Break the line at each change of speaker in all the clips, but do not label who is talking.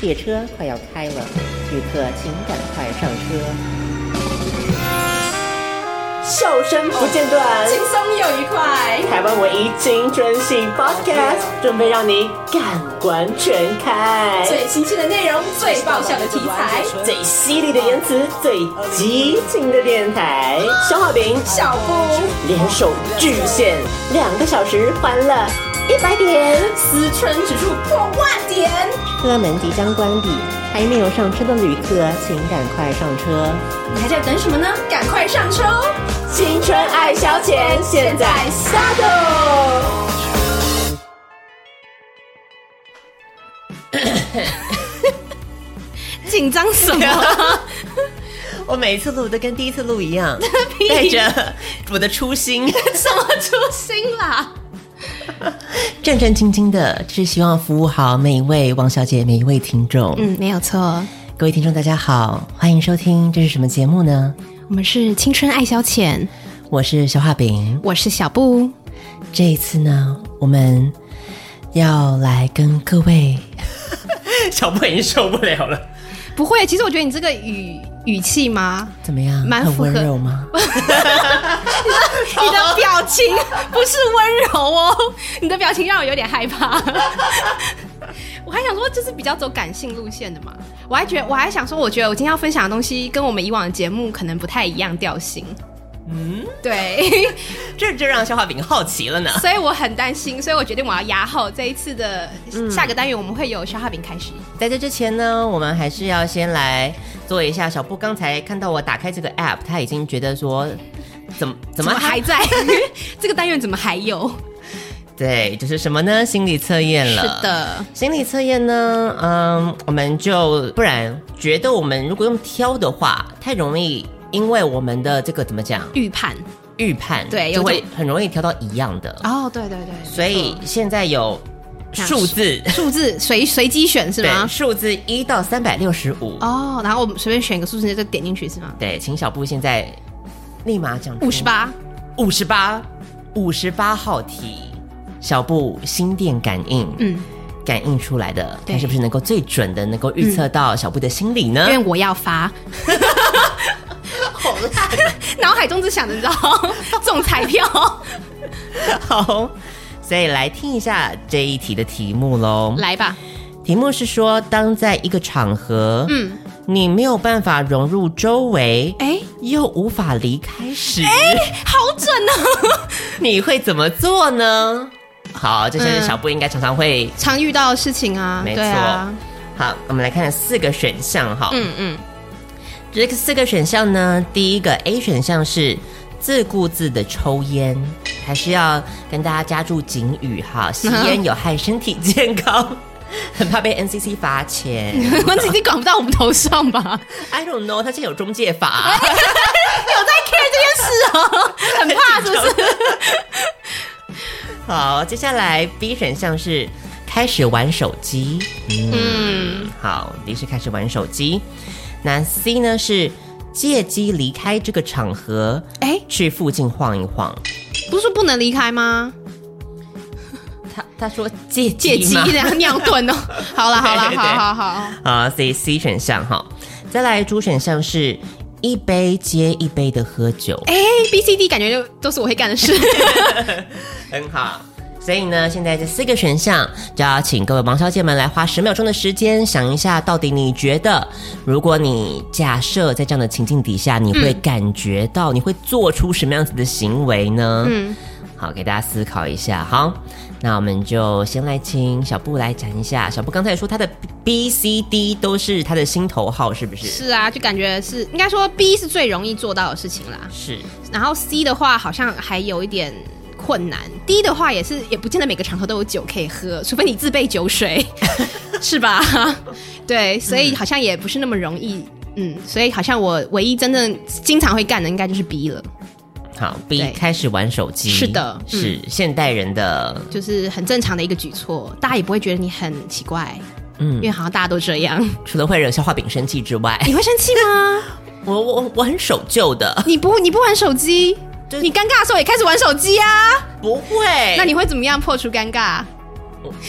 列车快要开了，旅客请赶快上车。
笑声不间断，
轻松又愉快。
台湾唯一青春系 Podcast，准备让你感官全开。
最新鲜的内容，最爆笑的题材，
最犀利的言辞，最激情的电台，小好饼
小布
联手巨献两个小时，欢乐一百点。
思春指数破万点，
车门即将关闭，还没有上车的旅客请赶快上车。
你还在等什么呢？赶快上车哦！
青春爱消遣，现在
下豆。
紧张什 么？
我每一次录都跟第一次录一 样，带着我的初心，
什么初心 啦？
战战兢兢的，就是希望服务好每一位王小姐、每一位听众。
嗯，没有错，
各位听众，大家好，欢迎收听，这是什么节目呢？
我们是青春爱消遣，
我是小画饼。
我是小布。
这一次呢，我们要来跟各位， 小布已经受不了了，
不会，其实我觉得你这个语语气 吗？
怎么样？
蛮
很
符合
温柔吗？
你的表情 不是温柔哦，你的表情让我有点害怕。 我还想说，就是比较走感性路线的嘛。我还觉得，我还想说，我觉得我今天要分享的东西跟我们以往的节目可能不太一样调性。嗯，对，
这就让小画饼好奇了呢。
所以我很担心，所以我决定我要压后这一次的下个单元，我们会有消化饼开始。
在这之前呢，我们还是要先来做一下。小布刚才看到我打开这个 app，他已经觉得说，怎么怎
怎
么
么还在？ 这个单元怎么还有？
对，就是什么呢？心理测验
是
了。，
的，
心理测验呢，嗯，我们就不然觉得我们如果用挑的话，太容易，因为我们的这个怎么讲
预判。
预判，
对有
就会
种
很容易挑到一样的。
哦，对对对，
所以
嗯
现在有数字，
数字随随机选是
对，
吗？
数字一到三百六十五。
哦，然后我们随便选一个数字就点进去是吗？
对，请小布现在立马讲出
五十八，
五十八，五十八号题，小布心电感应，
嗯，
感应出来的，
对
它是不是能够最准的能够预测到小布的心理呢
因？为我要 发。 脑海中只想着你知道中彩票，
好，所以来听一下这一题的题目喽。
来吧，
题目是说，当在一个场合，
嗯，
你没有办法融入周围，
哎
又无法离开时，
好准 哦！
你会怎么做呢？好，这些
嗯
是小布应该常常会。
常遇到的事情啊，
没错
对 啊，
好，我们来看四个选项哈。
嗯嗯，
这四个选项呢，第一个 A 选项是自顾自的抽烟，还是要跟大家加注警语 哈，吸烟有害身体健康，很怕被 NCC 罚钱。
我们自己管不到我们头上 吧？
I don't know，他现在有中介法。
啊很怕是不是？
好，接下来 B 选项是开始玩手机，
嗯，
好，于是开始玩手机。那 C 呢是借机离开这个场合，
哎，
去附近晃一晃。
不是说不能离开吗？
他他说借
借机
吗
然后尿遁哦。好了好了，
对对
好好好，
啊，所以 C 选项哈。再来，主选项是一杯接一杯的喝酒，
哎，B、C、D 感觉就都是我会干 的事。
很好。所以呢，现在这四个选项，就要请各位王小姐们来花十秒钟的时间想一下，到底你觉得，如果你假设在这样的情境底下，你会感觉到，你会做出什么样子的行为呢？嗯，好，给大家思考一下。好，那我们就先来请小布来讲一下。小布刚才说他的 B、C、D 都是他的心头好，是不是？
是啊，就感觉是应该说 B 是最容易做到的事情啦。
是
然后 C 的话好像还有一点困难，D 的话也是也不见得每个场合都有酒可以喝，除非你自备 酒水，是吧？对，所以好像也不是那么容易。嗯，所以好像我唯一真正经常会干的应该就是 B 了，
好 B
对
开始玩手机，
是的嗯
是现代人的
就是很正常的一个举措，大家也不会觉得你很奇怪，
嗯
因为好像大家都这样。
除了会惹消化饼生气之外，
你会生气吗？
我我我很守旧的，
你不你不玩手机，
就
你尴尬的时候也开始玩手机啊？
不会。
那你会怎么样破除尴尬？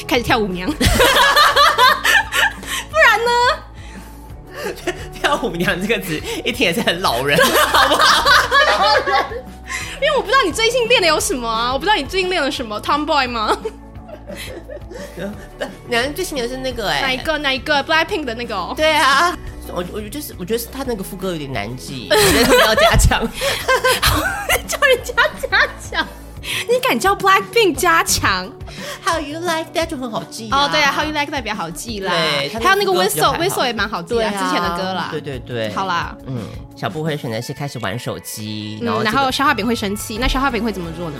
开始跳舞 娘。
跳舞娘这个词一听也是很老 人，
因为我不知道你最近练的有什么啊，我不知道你最近练了什么，Tomboy 吗？
娘最新的是那个哎、
哪一个？哪一个？Blackpink 的那个、哦？
对啊，我我就是我觉得是他那个副歌有点难记， 我觉得他们要加 强。
叫人家加强，你敢叫 Blackpink 加强？
How you like that 就很好记
哦，对啊，How You Like That 比较好记啦
对，它
还有那个
那个歌比较
Whistle 啊
还好
Whistle 也蛮好记的、之前的歌啦。
对对对，
好，啦，
嗯，小布会选择是开始玩手机，然后、
嗯，然后消化饼会生气，那消化饼会怎么做呢？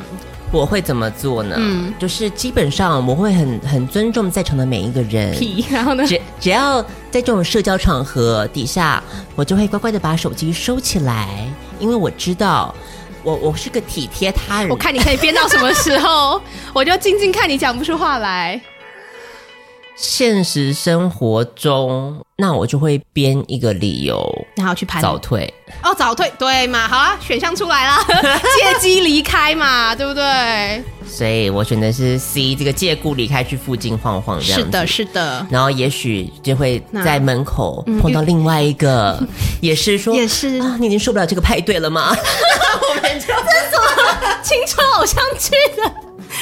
我会怎么做呢？
嗯
就是基本上我会很很尊重在场的每一个人。
屁， 然后 呢？
只只要在这种社交场合底下，我就会乖乖的把手机收起来，因为我知道我我是个体贴他人。
我看你可以编到什么时候，我就静静看你讲不出话 来。
现实生活中，那我就会编一个理由
然后去拍
早退。
哦，早退对嘛？好啊，选项出来 啦，借机离开嘛，对不对？
所以我选的是 C 这个借故离开去附近晃晃这样
是
子。
的，是的，
然后也许就会
那嗯
在门口碰到另外一个，也是说
也是
啊，你已经受不了这个派对了 吗？
青春偶像剧的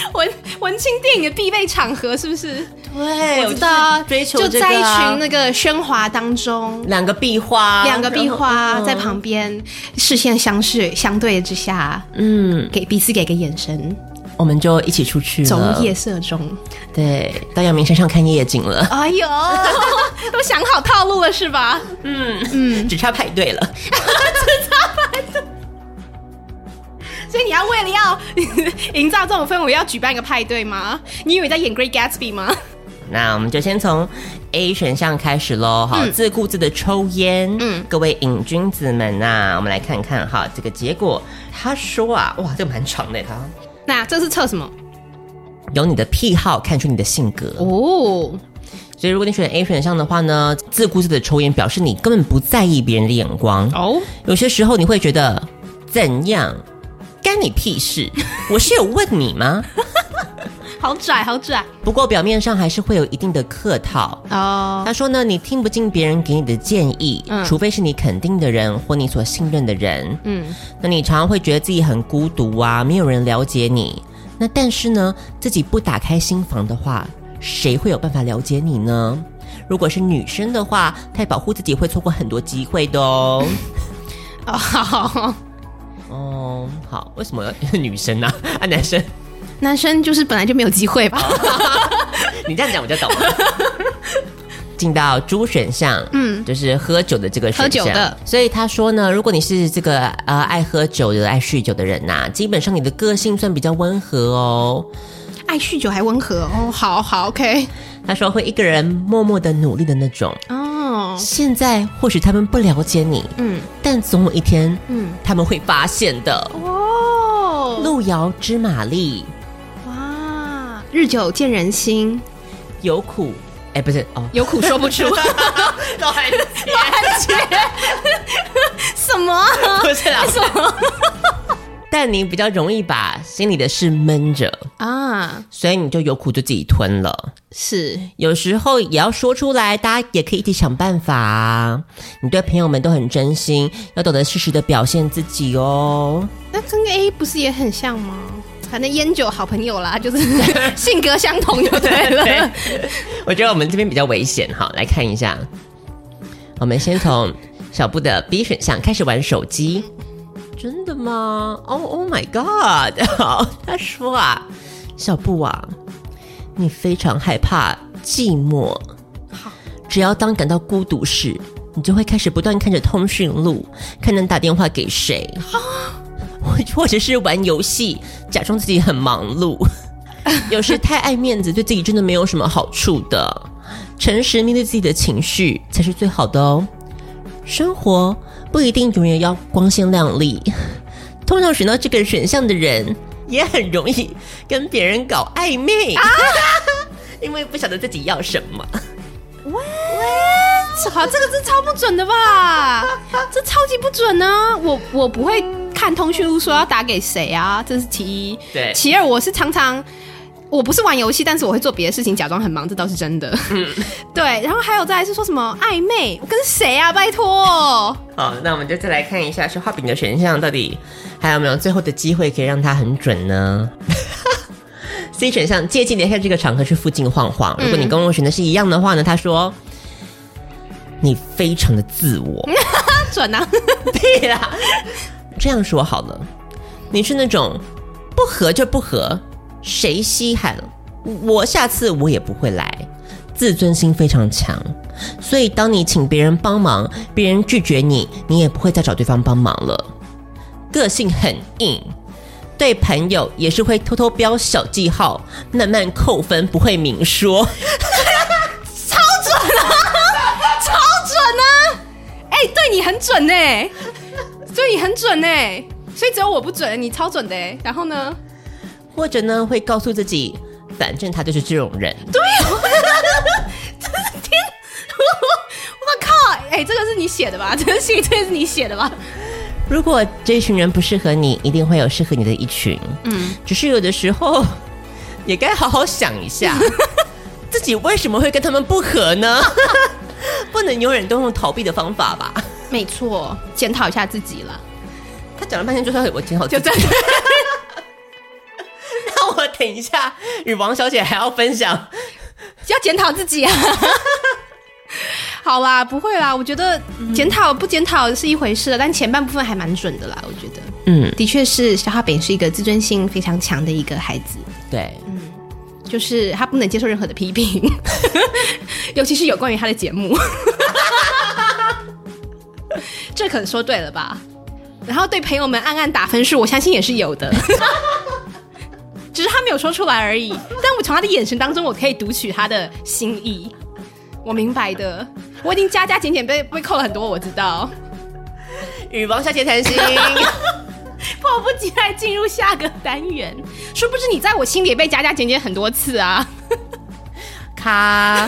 文文青电影的必备场合，是不是？
对
我知道啊，
就是追求
就
这
在一
个啊
群那个喧哗当中。
两个壁花，
两个壁花
然后嗯
在，旁边，视线相视相对之下，
嗯，
给彼此给个眼神，
我们就一起出去了
走入夜，色中。
对，到阳明山上看夜景了，
哎 呦，都想好套路了是吧？嗯
只差派对了。
所以你要为了要 营造这种氛围，要举办一个派对吗？你以为在演《Great Gatsby》吗？
那我们就先从 A 选项开始喽，
嗯
好，自顾自的抽烟。嗯，各位瘾君子们呐、我们来看看哈这个结果。他说啊，哇，这个蛮长的，他
那这是测什么？
由你的癖好看出你的性格。
哦，
所以如果你选 A 选项的话呢，自顾自的抽烟表示你根本不在意别人的眼光。
哦，
有些时候你会觉得怎样，干你屁事？我是有问你吗？
好拽，好拽
不过表面上还是会有一定的客套。
哦，
他说呢，你听不进别人给你的建议，
嗯
除非是你肯定的人或你所信任的人。
嗯，
那你常常会觉得自己很孤独啊，没有人了解你。那但是呢，自己不打开心房的话，谁会有办法了解你呢？如果是女生的话，太保护自己会错过很多机会的哦。
哦，好，
哦，好，为什么 女生呢、啊？男生，
男生就是本来就没有机会吧？
你这样讲我就懂了。进到猪选项，嗯，就是喝酒的这个选项。
喝酒的
所以他说呢，如果你是这个呃爱喝酒的、爱酗酒的人呐、基本上你的个性算比较温和哦。
爱酗酒还温和哦，好好，OK，
他说会一个人默默的努力的那种。
哦，
现在或许他们不了解你，
嗯
但总有一天，
嗯，
他们会发现的。
哦，
路遥知马力，
哇，日久见人心，
有苦哎，不是 哦，
有苦说不出，
乱接
什么啊
不是啦，
什么
但你比较容易把心里的事闷着，
啊？
所以你就有苦就自己吞了。
是，
有时候也要说出来，大家也可以一起想办法啊。你对朋友们都很真心，要懂得适时的表现自己哦。
那跟 A 不是也很像吗？反正烟酒好朋友 啦，就是性格相同就对了。
对我觉得我们这边比较危险，好，来看一下。我们先从小布的 B 选项开始玩手机。真的吗？Oh Oh my God！好，他说啊，小布啊，你非常害怕寂寞。好，只要当感到孤独时，你就会开始不断看着通讯录，看能打电话给谁，或或者是玩游戏，假装自己很忙碌。有时太爱面子，对自己真的没有什么好处的。诚实面对自己的情绪才是最好的哦。生活不一定永远要光鲜亮丽，通常选到这个选项的人也很容易跟别人搞暧昧， 因为不晓得自己要什么。
操，这个是超不准 的吧？这超级不准呢、我我不会看通讯录说要打给谁啊，这是其一。
对
其二，我是常常。我不是玩游戏，但是我会做别的事情，假装很忙，这倒是真的。嗯，对。然后还有再来是说什么暧昧，我跟谁啊？拜托，
好，那我们就再来看一下说画饼的选项到底还有没有最后的机会可以让它很准呢 ？C 选项借机离开这个场合去附近晃晃。如果你跟我选的是一样的话呢，他说你非常的自我。
准啊！
对啦，这样说好了，你是那种不合就不合，谁稀罕？我下次我也不会来，自尊心非常强，所以当你请别人帮忙，别人拒绝你，你也不会再找对方帮忙了。个性很硬，对朋友也是会偷偷标小记号，慢慢扣分，不会明说。
超准呢、哎、对你很准呢、对你很准呢、所以只有我不准，你超准的、哎然后呢？
或者呢，会告诉自己，反正他就是这种人。
我靠！哎、这个是你写的吧？ 这个心理测验是你写的吧？
如果这一群人不适合你，一定会有适合你的一群。嗯，只是有的时候也该好好想一 下，自己为什么会跟他们不合呢？ 不能永远都用逃避的方法吧？
没错，检讨一下自己了，
他讲了半天就说我挺好，
就
就
真
这。
的
那我等一下与王小姐还要分享，
要检讨自己啊。 好啦，不会啦，我觉得检讨不检讨是一回事了，但前半部分还蛮准的啦，我觉得。
嗯，
的确是小哈北是一个自尊心非常强的一个孩子，
对，
就是他不能接受任何的批评， 尤其是有关于他的节目。 这可说对了吧？然后对朋友们暗暗打分数，我相信也是有的， 只是他没有说出来而已。但我从他的眼神当中，我可以读取他的心意，我明白的。我已经加加减减被被扣了很多，我知道。
与王小姐谈心。
迫不及待进入下个单元，殊不知你在我心里也被加加减减很多次啊。
卡，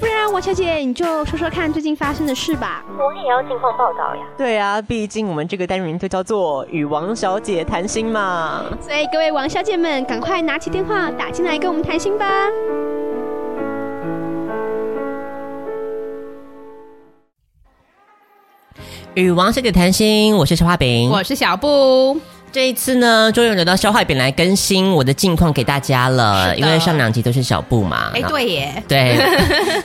不然啊王小姐你就说说看最近发生的事吧。
我也要近况报道呀。
对啊，毕竟我们这个单元就叫做与王小姐谈心嘛。
所以各位王小姐们，赶快拿起电话打进来跟我们谈心吧。
与王小姐谈心，我是小画饼，
我是小布，
这一次呢，终于轮到肖画饼来更新我的近况给大家了，
是的
因为上两集都是小布嘛。
哎、
然后
对耶，
对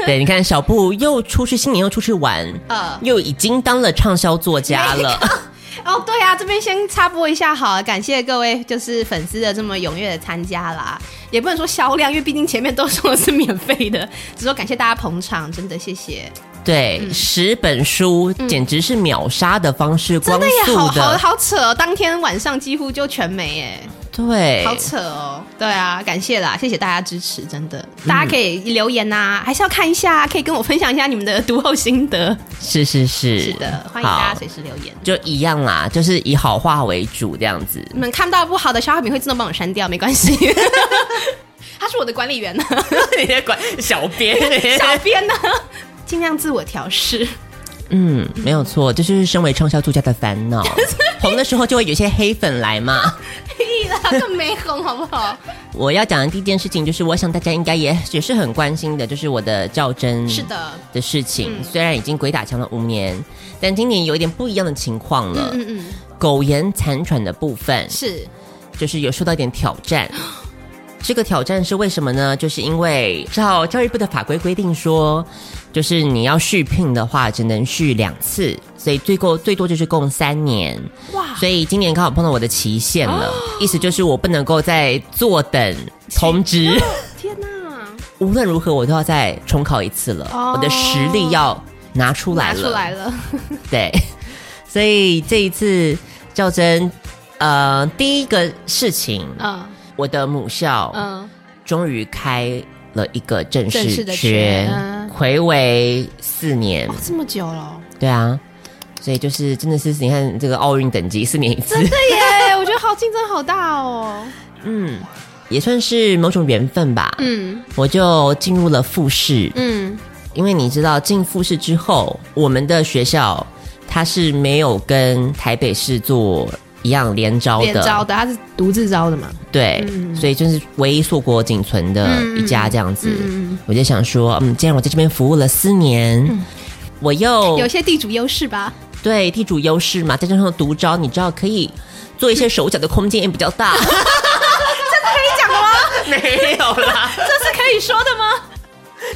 对，你看小布又出去，新年又出去玩，
呃，
又已经当了畅销作家了。
哦，对啊，这边先插播一下好了，感谢各位就是粉丝的这么踊跃的参加啦，也不能说销量，因为毕竟前面都说的是免费的， 只说感谢大家捧场，真的谢谢，
对，十本书简直是秒杀的方式，光
真的也好
速
好好扯哦，当天晚上几乎就全没耶。
对，
好扯哦！对啊，感谢啦，谢谢大家支持，真的，大家可以留言呐、还是要看一下，可以跟我分享一下你们的读后心得。
是是是，
是的，欢迎大家
好
随时留言。
就一样啦，就是以好话为主这样 子。
你们看到不好的消化饼会自动帮我删掉，没关系。 他是我的管理 员呢，
你在管小编，
小编呢，尽量自我调试。
嗯，没有错，这就是身为畅销作家的烦 恼。红的时候就会有一些黑粉来嘛。
屁啦，更没红好不好？
我要讲的第一件事情就是，我想大家应该也也是很关心的，就是我的较真
是的，嗯
的事情。虽然已经鬼打墙了五年，但今年有一点不一样的情况了。
嗯嗯，
苟延残喘的部分，
是
就是有受到一点挑战。这个挑战是为什么呢？就是因为照教育部的法规规定说，就是你要续聘的话，只能续两次，所以最够最多就是共三年。
哇哦
所以今年刚好碰到我的期限了，意思就是我不能够再坐等通知，
天哪，
无论如何我都要再重考一次了，
哦
我的实力要拿出来
拿
了。
出来了，
对， 所以这一次较真，呃，第一个事情，
嗯
我的母校，
嗯，
终于开了一个正
正
式
式的
缺
缺嗯，
回为四年，
这么久了，
对啊，所以就是真的是你看这个奥运等级四年一次，
对耶， 我觉得好竞争好大哦，
嗯，也算是某种缘分吧。
嗯
我就进入了复试，
嗯，
因为你知道进复试之后，我们的学校它是没有跟台北市做一样连招
连招的，他是独自招的嘛，
对，
嗯
所以就是唯一硕果仅存的一家这样子。
嗯
我就想说，嗯，既然我在这边服务了四年，我又
嗯有些地主优势吧，
对地主优势嘛，再加上独招，你知道可以做一些手脚的空间也比较大。 真的可以讲 吗？没有啦，
这是可以说的吗？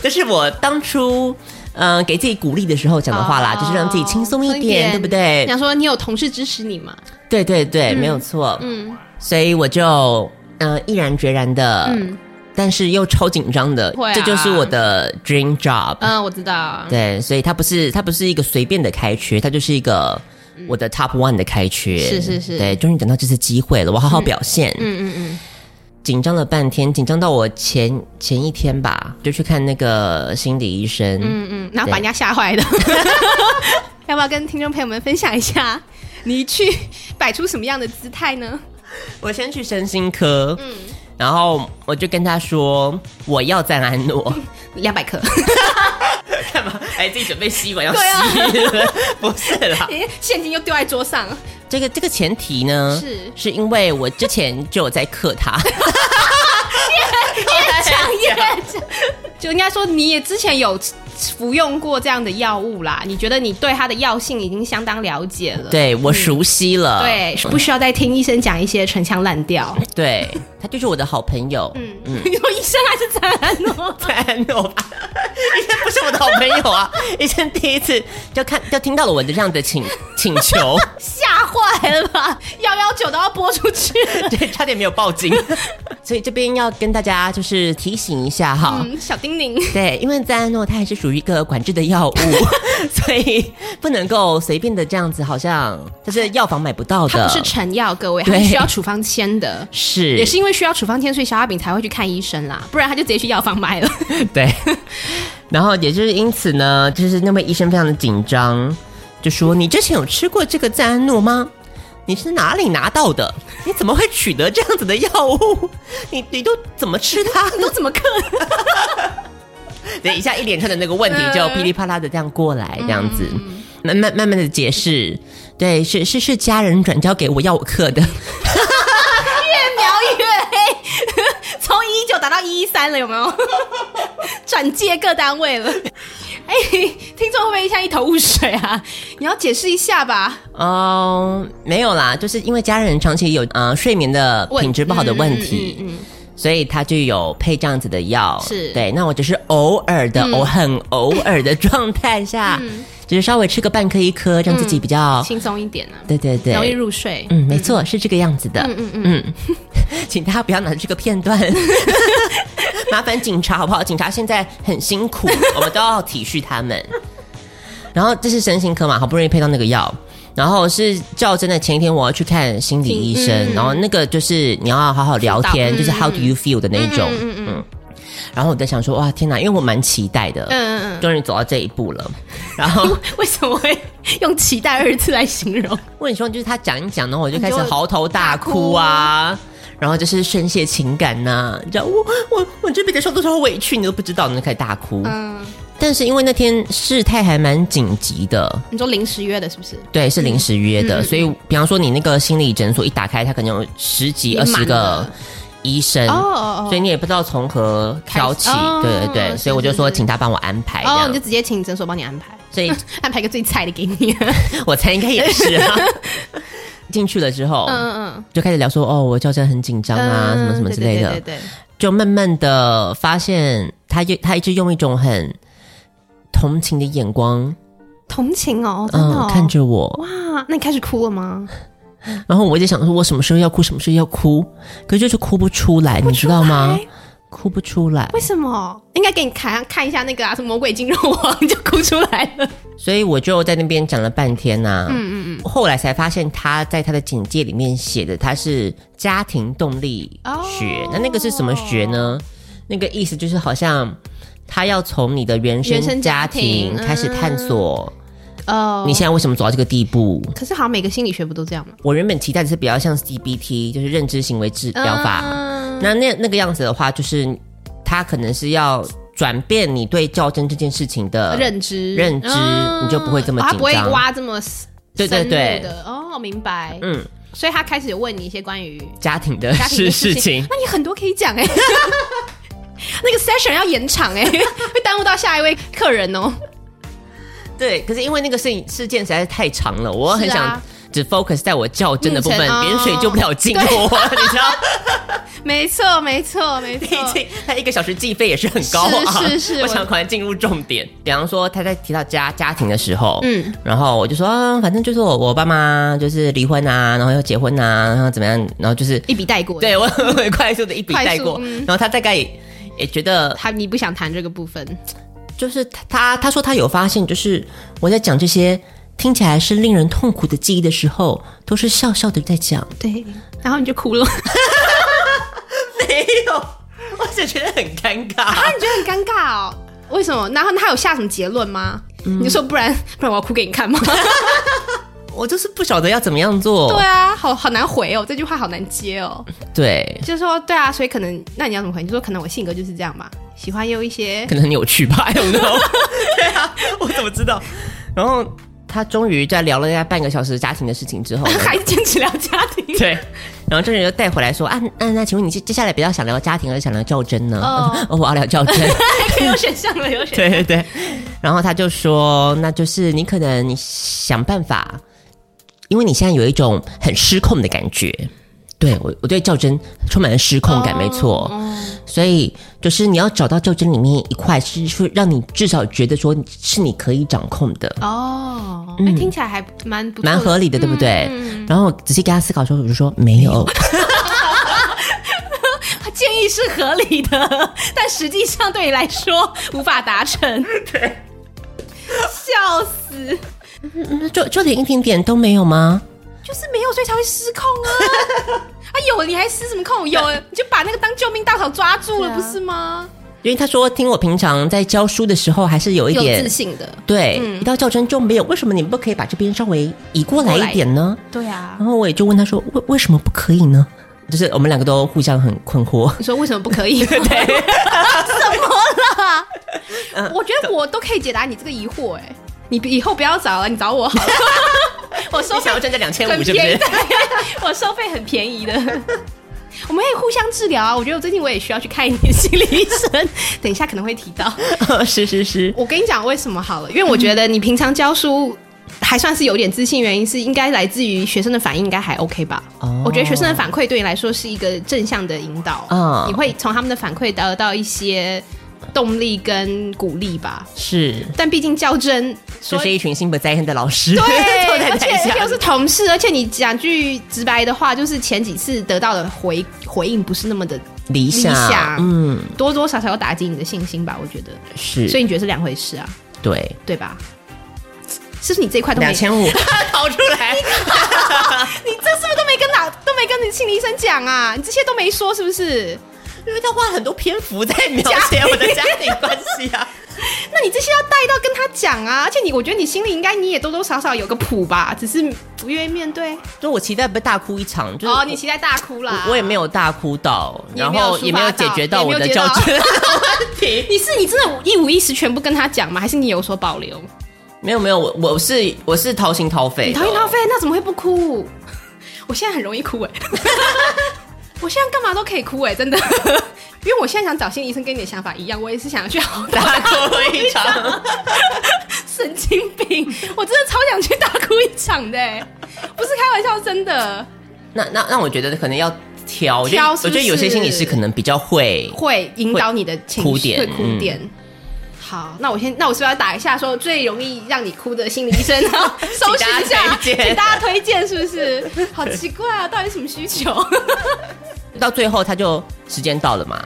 这是我当初。嗯，给自己鼓励的时候讲的话啦，
哦
就是让自己轻松一
轻松一
点，
点
对不对？
想说你有同事支持你嘛？
对对对，没有错。
嗯，
所以我就嗯、呃毅然决然的，
嗯
但是又超紧张的，
会啊
这就是我的 dream job。
嗯，我知道，
对，所以它不是它不是一个随便的开缺，它就是一个我的 top one 的开缺。
嗯是是是
对，终于等到这次机会了，我好好表现。
嗯嗯嗯，
紧张了半天，紧张到我前前一天吧，就去看那个心理医生。
嗯嗯，然后把人家吓 坏的，要不要跟听众朋友们分享一下，你去摆出什么样的姿态呢？
我先去身心科，嗯，然后我就跟他说我要赞安诺。
两百克，
干嘛？ 哎，自己准备吸管要
对啊
吸了， 不是 啦。
诶现金又丢在桌 上，
这个这个前提呢，
是
是因为我之前就有在克他，
抢也抢，就应该说你也之前有服用过这样的药物啦，你觉得你对它的药性已经相当了解 了，
对我熟悉了，
对，不需要再听医生讲一些陈腔滥调。
对，他就是我的好朋友， 嗯，
嗯，你说医生还是张安诺？
安诺吧，以前不是我的好朋友啊， 以前第一次就看就听到了我的这样的请请 求，
吓坏了 吧？幺幺九都要播出去了。
对，差点没有报警， 所以这边要跟大家就是提醒一下哈，
嗯，小叮咛，
对，因为赞安诺它还是属于一个管制的 药物，所以不能够随便的这样子，好像就是药房买不到
它
的。
不是成药，各位，它
对
是需要处方签的。
是
也是因为需要处方签，所以小阿饼才会去看医生啦，不然他就直接去药房买 了。
对。然后也就是因此呢，就是那位医生非常的紧张，就说：“你之前有吃过这个赞安诺吗？你是哪里拿到的？你怎么会取得这样子的药物？你你都怎么吃它？
你都怎么克？
对，一下一连串的那个问题就
嗯
噼里啪啦的这样过来，这样子，慢慢慢慢的解释，对，是是是家人转交给我要我刻 的，
越描越黑，从一九打到一一三了，有没有？ 转介各单位了。哎、听众会不会像一头雾水啊？你要解释一下吧。
哦、没有啦，就是因为家人长期有呃睡眠的
问
品质不好的问题，
嗯嗯嗯嗯
所以他就有配这样子的药，
是嗯
对，那我只是偶尔的，偶、很偶尔的状态下，只是稍微吃个半颗一颗，让自己比较，
嗯轻松一点啊，
对对对，
容易入睡。
嗯，没错，是这个样子的。嗯嗯嗯， 请大家不要拿这个片段， 麻烦警察好不好？警察现在很辛苦，我们都要体恤他们。然后这是身心科嘛，好不容易配到那个药，然后是较真的前一天我要去看心理医生，然后那个就是你要好好聊天，就是 How do you feel 的那一种，嗯然后我在想说，哇，天哪，因为我蛮期待的，
嗯嗯
终于走到这一步了。然后
嗯，为什么会用期待二字来形容？
我跟你说，就是他讲一讲，然后我就开始
你就
嚎啕大哭啊，然后就是宣泄啊情感呐、你知道我我我这辈子受多少委屈，你都不知道，你就开始大哭。
嗯，
但是因为那天事态还蛮紧急的，
你说临时约的，是不是？
对，是临时约的，
嗯
所以比方说你那个心理诊所一打开，它可能有十几
也
二
满
十个
了
医生，
哦哦哦
所以你也不知道从何挑起
开始哦，
对对对，
是
所以我就是说
是
请他帮我安排，这
哦，你就
样
直接请诊所帮你安排，
所以
安排一个最菜的给你。
我猜应该也是 啊。进去了之后，
嗯嗯
就开始聊说哦，我教真的很紧张
嗯
啊，什么什么之类的，
对对对对对
就慢慢的发现他就他一直用一种很同情的眼光，
同情哦，真的
嗯
哦，
看着我，
哇，那你开始哭了吗？
然后我一直想说，我什么时候要哭，什么时候要哭，可是就是哭不出来，你知道吗？哭不出来，
为什么？应该给你看看一下那个啊，什么魔鬼金融王就哭出来了。
所以我就在那边讲了半天呐、嗯嗯嗯。后来才发现，他在他的简介里面写的他是家庭动力学，
哦
那那个是什么学呢？那个意思就是好像他要从你的原生
原生家
庭
庭嗯
开始探索，
哦
你现在为什么走到这个地步？
可是好像每个心理学不都这样吗？
我原本期待的是比较像 CBT，就是认知行为治疗法。
嗯
那那那个样子的话，就是他可能是要转变你对较真这件事情的
认知
呃认知
嗯
你就不会这么
哦他不会
紧张
挖这么
对对
深入
对
的哦，明白。
嗯，
所以他开始有问你一些关于
家庭的
家庭
事
的
事
事
情。
那你很多可以 讲哎、那个 session 要延长 哎、会耽误到下一位客人哦、
对，可是因为那个事情事件实在是太长了，我很
是啊
想只 focus 在我较真的部分，
目前哦
别人水救不了近我， 你知 道？
没错，没错，没
毕
错。
竟他一个小时计费也是很高啊。
是是是
我想赶快进入重点。比方说他在提到家家庭的时候，嗯
嗯，
然后我就说，啊反正就是我我爸妈就是离婚啊，然后又结婚啊，然后怎么样，然后就是
一笔带过，
对我 我很快速的一笔带过，
快速嗯
然后他大概也也觉得，
他你不想谈这个部分，
就是他他他说他有发现，就是我在讲这些听起来是令人痛苦的记忆的时候，都是笑笑的在讲，
对，然后你就哭了，
没有，我只觉得很尴尬
那。你觉得很尴尬哦？为什么？然后他有下什么结论吗？
嗯
你就说不然不然我要哭给你 看吗？
我就是不晓得要怎么样做，
对啊，好好难回哦，这句话好难接哦。
对，
就是说对啊，所以可能那你要怎么回？你就说可能我性格就是这样吧，喜欢有一些
可能很有趣吧，I don't know。对 啊，我怎么知道？然后他终于在聊了大概半个小时家庭的事情之后呢，
还坚持聊家庭，
对，然后这人就带回来说啊，那、那请问你接接下来比较想聊家庭还是想聊较真呢？
哦
哦，我要聊较真。
有选项了， 有选项。
对对对，然后他就说，那就是你可能你想办法，因为你现在有一种很失控的感觉。对我，我对较真充满了失控感，没错。
哦
所以就是你要找到较真里面一块，是说让你至少觉得说是你可以掌控的。
哦，哎听起来还蛮不错的
嗯
嗯
蛮合理的，对不对？然后我仔细给他思考之后，我就说没有，
他建议是合理的， 但实际上对你来说无法达成。 对，笑死，
就就连一点点都没有吗？
就是没有，所以才会失控啊！ 啊，有你还失什么控？有你就把那个当救命稻草抓住了，不是吗？
因为他说听我平常在教书的时候，还是有一
有
点
自信的，
对，
嗯
一到较真就没有，为什么你们不可以把这边稍微移过来一点呢？
对啊
然。后我也就问他说，为为什么不可以呢？就是我们两个都互相很困惑。
你说为什么不可以？对，怎么了？我觉得我都可以解答你这个疑惑、哎，你以后不要找了，你找我好了。 我收
你
费
想要赚这2500
很
是不是
便宜的， 我收费很便宜的。 我们可以互相治疗啊！我觉得我最近我也需要去看一点心理医生， 等一下可能会提到。
是是是，
我跟你讲为什么好了，因为我觉得你平常教书还算是有点自信，原因是应该来自于学生的反应，应该还 OK 吧？
哦
我觉得学生的反馈对你来说是一个正向的引导，
嗯
你会从他们的反馈得到一些动力跟鼓励吧。
是，
但毕竟较真，
就
说
是一群心不在焉的老师 坐
对，
在
而且
台
而且
下
又。是同事，而且你讲句直白的话，就是前几次得到的回回应不是那么的
理想，
理想
嗯，
多多少少要打击你的信心吧，我觉得。
是，
所以你觉得是两回事啊？
对，
对吧？是不是你这一块都没？
两 千五跑出来，
你这是不是都没跟哪都没跟你心理医生讲啊？你这些都没说是不是？
因为他花了很多篇幅在描写我的家庭关系啊。
那你这些要带到跟他讲啊！而且你，我觉得你心里应该你也多多少少有个谱吧，只是不愿意面对。
就我期待不会大哭一场，就是
哦，你期待大哭啦
我我也没有大哭到，
你也
然
没有
后
抒
也没有
发
解
到
决
也
到
没
我
有
的
解
较
到
真。题。
你是你真的一五一十全部跟他讲吗？还是你有所保留？
没有没有，我我是我是掏心掏肺
你
的哦，
掏心掏肺，那怎么会不 哭？我现在很容易哭哎、 我现在干嘛都可以哭哎、真的，因为我现在想找心理医生，跟你的想法一样，我也是想要去好
大
大哭
哭一场。
神经病，我真的超想去大哭一场的、欸，不是开玩笑，真的
那那那我觉得可能要挑，我觉得
挑
我
是不是
觉得有些心理师可能比较会，
会引导你的情绪，
哭点嗯
会哭点。好，那我先，那我是不是要打一下说最容易让你哭的心理医 生，然后搜寻一下，
请大家推荐
请大家推荐，是不是？好奇怪啊，到底什么需求？
嗯到最后他就时间到了嘛，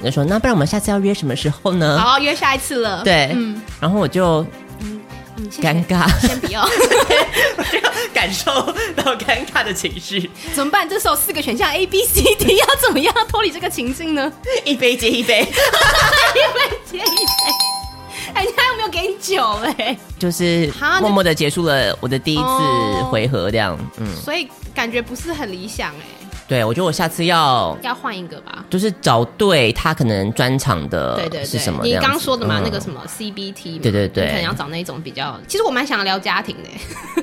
你就说那不然我们下次要约什么时候呢？
好，约下一次了。，
对，然后我就
嗯，谢谢
尴尬，
先不要，
我就感受到尴尬的情绪，
怎么办？这时候四个选项 A、B、C、D 要怎么样脱离这个情境呢？ 哎
一杯接一杯。
一杯接一杯，哎，人家有没有给你酒哎、
就是
哈那
默默的结束了我的第一次
哦
回合，这样，嗯，
所以感觉不是很理想哎、
对我觉得我下次要
要换一个吧。
就是找对他可能专场的，
对对
呃是什么这
对，你
样子？
刚说的嘛，
嗯
那个什么 CBT，嘛
对对对
你可能要找那种比较。其实我蛮想聊家庭的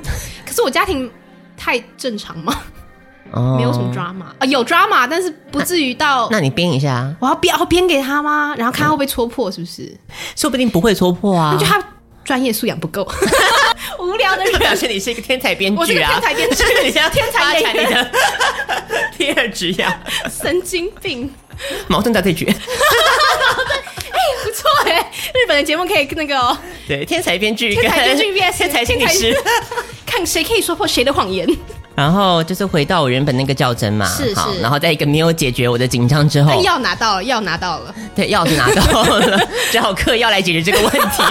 欸，可是我家庭太正常嘛，没有什么。
哦
drama 啊，有 drama，但是不至于到
那你编一下，啊
我要编我要编给他吗？然后看他会不会戳破，是不是？
说不定不会戳破啊
就。他专业素养不够， 无聊的
表
人。
示你是一个天才编
我是
剧
个
啊
天！才编剧，
你现在
天才
发展
演
你
员，
的 第二职呀，
神经病，
矛盾大对决。
不错哎、日本的节目可以那个哦、
对，天才编剧跟，
天才编剧 VS
天才心理师。
看谁可以说破谁的谎言。
然后就是回到我原本那个较真嘛，
是
好
是哎
然后在一个没有解决我的紧张之后，
要拿到了，要拿到了。
对，钥匙拿到 了，只好嗑药来解决这个问题。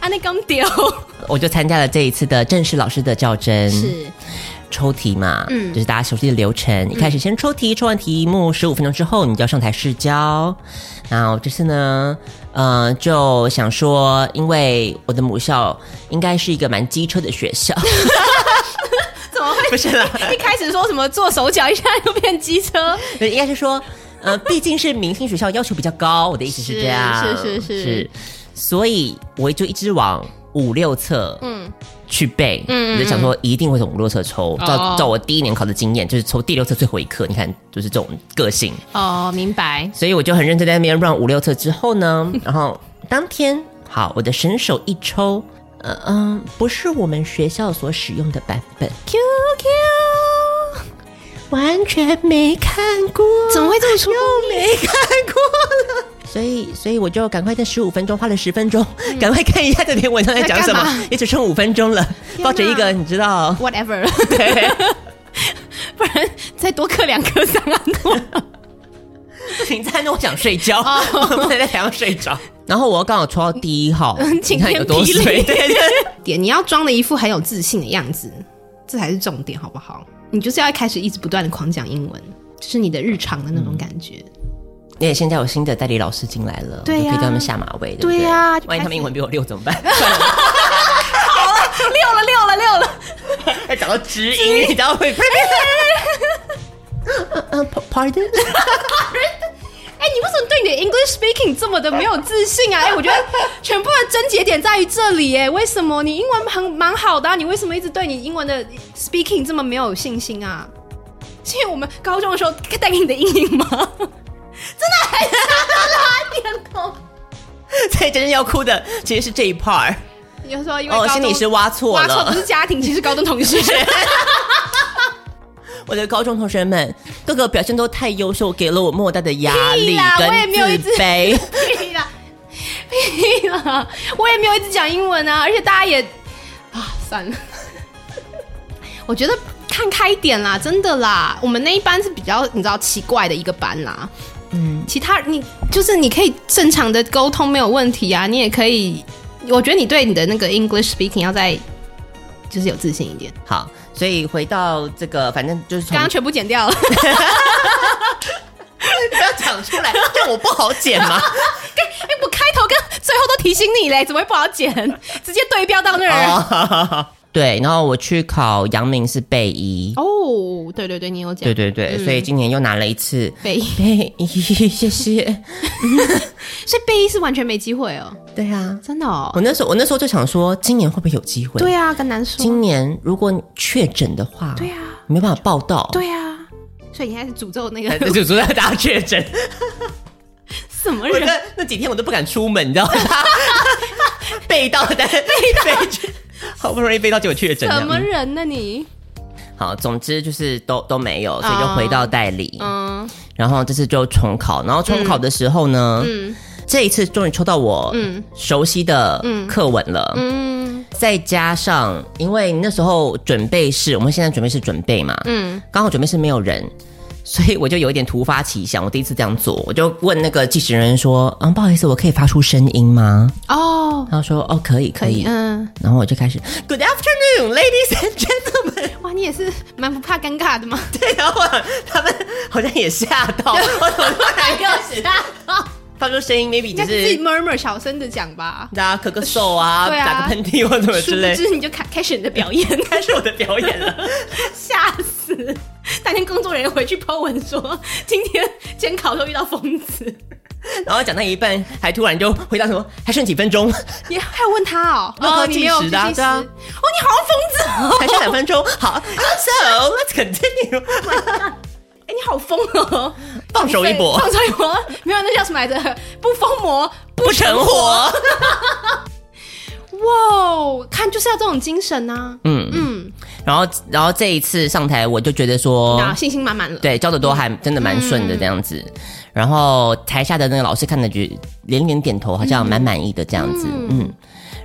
啊，那刚丢
我就参加了这一次的正式老师的较真，
是
抽题嘛，
嗯
就是大家熟悉的流程。一开始先抽题，抽完题目十五分钟之后，你就要上台试教。然后这次呢，呃，就想说，因为我的母校应该是一个蛮机车的学 校，
怎么会？
不是啦，
一开始说什么做手脚，一下又变机车，
应该是说，呃，毕竟是明星学校，要求比较高。我的意思是这样，
是是是
所以我就一直往五六册，嗯。去背，
嗯嗯哦
我就想说一定会从五六册抽，照照我第一年考的经验，就是抽第六册最后一课。你看，就是这种个性，
哦，明白。
所以我就很认真在那边 run 五六册之后 呢，然后当天好，我的神手一抽，呃嗯，不是我们学校所使用的版本，QQ 完全没看过，
怎么会这么出？
又没看过了。所以，所以我就赶快在十五分钟，花了十分钟，赶快看一下这篇文章在讲什
嗯在
么
干嘛。
也只剩五分钟了，抱着一个你知道
Whatever，不然再多刻两颗三安诺。
停在那，我想睡觉，
哦
我不能在台上睡着。然后我刚好抽到第一 号，
晴
你看有
天
多
霹雳
水，对对。
点，你要装的一副很有自信的样子，这才是重点，好不好？你就是要一开始一直不断的狂讲英文，就是你的日常的那种感觉。
那现在有新的代理老师进来了，
对呀
我就可以叫他们下马威，对不
对呀就开始
万一他们英文比我溜怎么办？
六了，六了，六了。
要找到知音，你知道会？嗯，pardon，
哎、你为什么对你的 English speaking 这么的没有自信 啊？哎、我觉得全部的症结点在于这里、哎，为什么你英文很蛮好的、啊，你为什么一直对你英文的 speaking 这么没有信心啊？是因为我们高中的时候带给你的阴影吗？真的还是拉点头。
所以真正要哭的其实是这一 part。
有时候因为
哦，
高
心
中
理师挖错
挖错不
了，
是家庭，其实高中同 学。
我的高中同学们个个表现都太优秀，给了我莫大的压力
屁啦我也
跟
没有一
自
直
卑。
屁啦，屁啦！我也没有一直讲英文啊，而且大家也啊，算了。我觉得看开一点啦，真的啦。我们那一班是比较你知道奇怪的一个班啦。嗯，其他你就是你可以正常的沟通没有问题啊，你也可以。我觉得你对你的那个 English speaking 要再就是有自信一点。
好，所以回到这个，反正就是从
刚刚全部剪 掉了，
不要讲出来，这样我不好剪嘛。
哎、 我开头跟最后都提醒你嘞，怎么会不好剪？直接对标到那儿。
哦，对，然后我去考阳明是备一，
哦，对对对，你有讲
对对对，所以今年又拿了一次
备一，
备一，谢谢。
所以备一是完全没机会哦，
对啊，
真的哦
我。那时候我那时候就想说，今年会不会有机会？
对啊，跟难说。
今年如果确诊的话，
对啊，
没办法报道，
对啊，所以你开始诅咒 那个
对，就说大家确 诊，
什么
我
人？
那那几天我都不敢出门，你 知道吗？背到的， 背到，好不容易背到就有确诊这样，
什么人呢你？
好，总之就是都都没有，所以就回到代理，
啊嗯，
然后这次就重考，然后重考的时候呢，嗯，这一次终于抽到我嗯熟悉的课文了，嗯，再加上因为那时候准备是我们现在准备是准备嘛，嗯，刚好准备是没有人。所以我就有一点突发奇想，我第一次这样做，我就问那个计时人员说：“嗯，不好意思，我可以发出声音吗
哦？”，
他说：“哦，可以，可以。
嗯，
然后我就开始 “Good afternoon, ladies and gentlemen”，
哇，你也是蛮不怕尴尬 的嘛。
对，然后我他们好像也吓到，我怎么突然又
是啊，
发出声音，maybe
应
只
该是自己
是
murmur 小声的讲吧。
大家咳咳嗽 啊，
对啊
打个喷嚏或什么
殊
之
不
类，
知你就开开始你的表演，
开始我的表演 了。
吓死！当天工作人员回去 po 文说，今天监考都遇到疯子，
然后讲到一半，还突然就回答说还剩几分 钟，
你还有问他哦？
那个
哦，你没有
计时的啊
计时
对啊
哦，你好像疯子哦
还剩两分钟。好，So let's continue，
哎，你好疯哦！
放手一搏，
放手一搏，没有那叫什么来着？不疯魔
不成活。
哇哦，看就是要这种精神啊呐、
嗯嗯。然后，然后这一次上台，我就觉得说，
啊，信心满满了。，
对，教的都
嗯
还真的蛮顺的这样子。然后台下的那个老师看的就连连点头，好像蛮满意的这样子。嗯。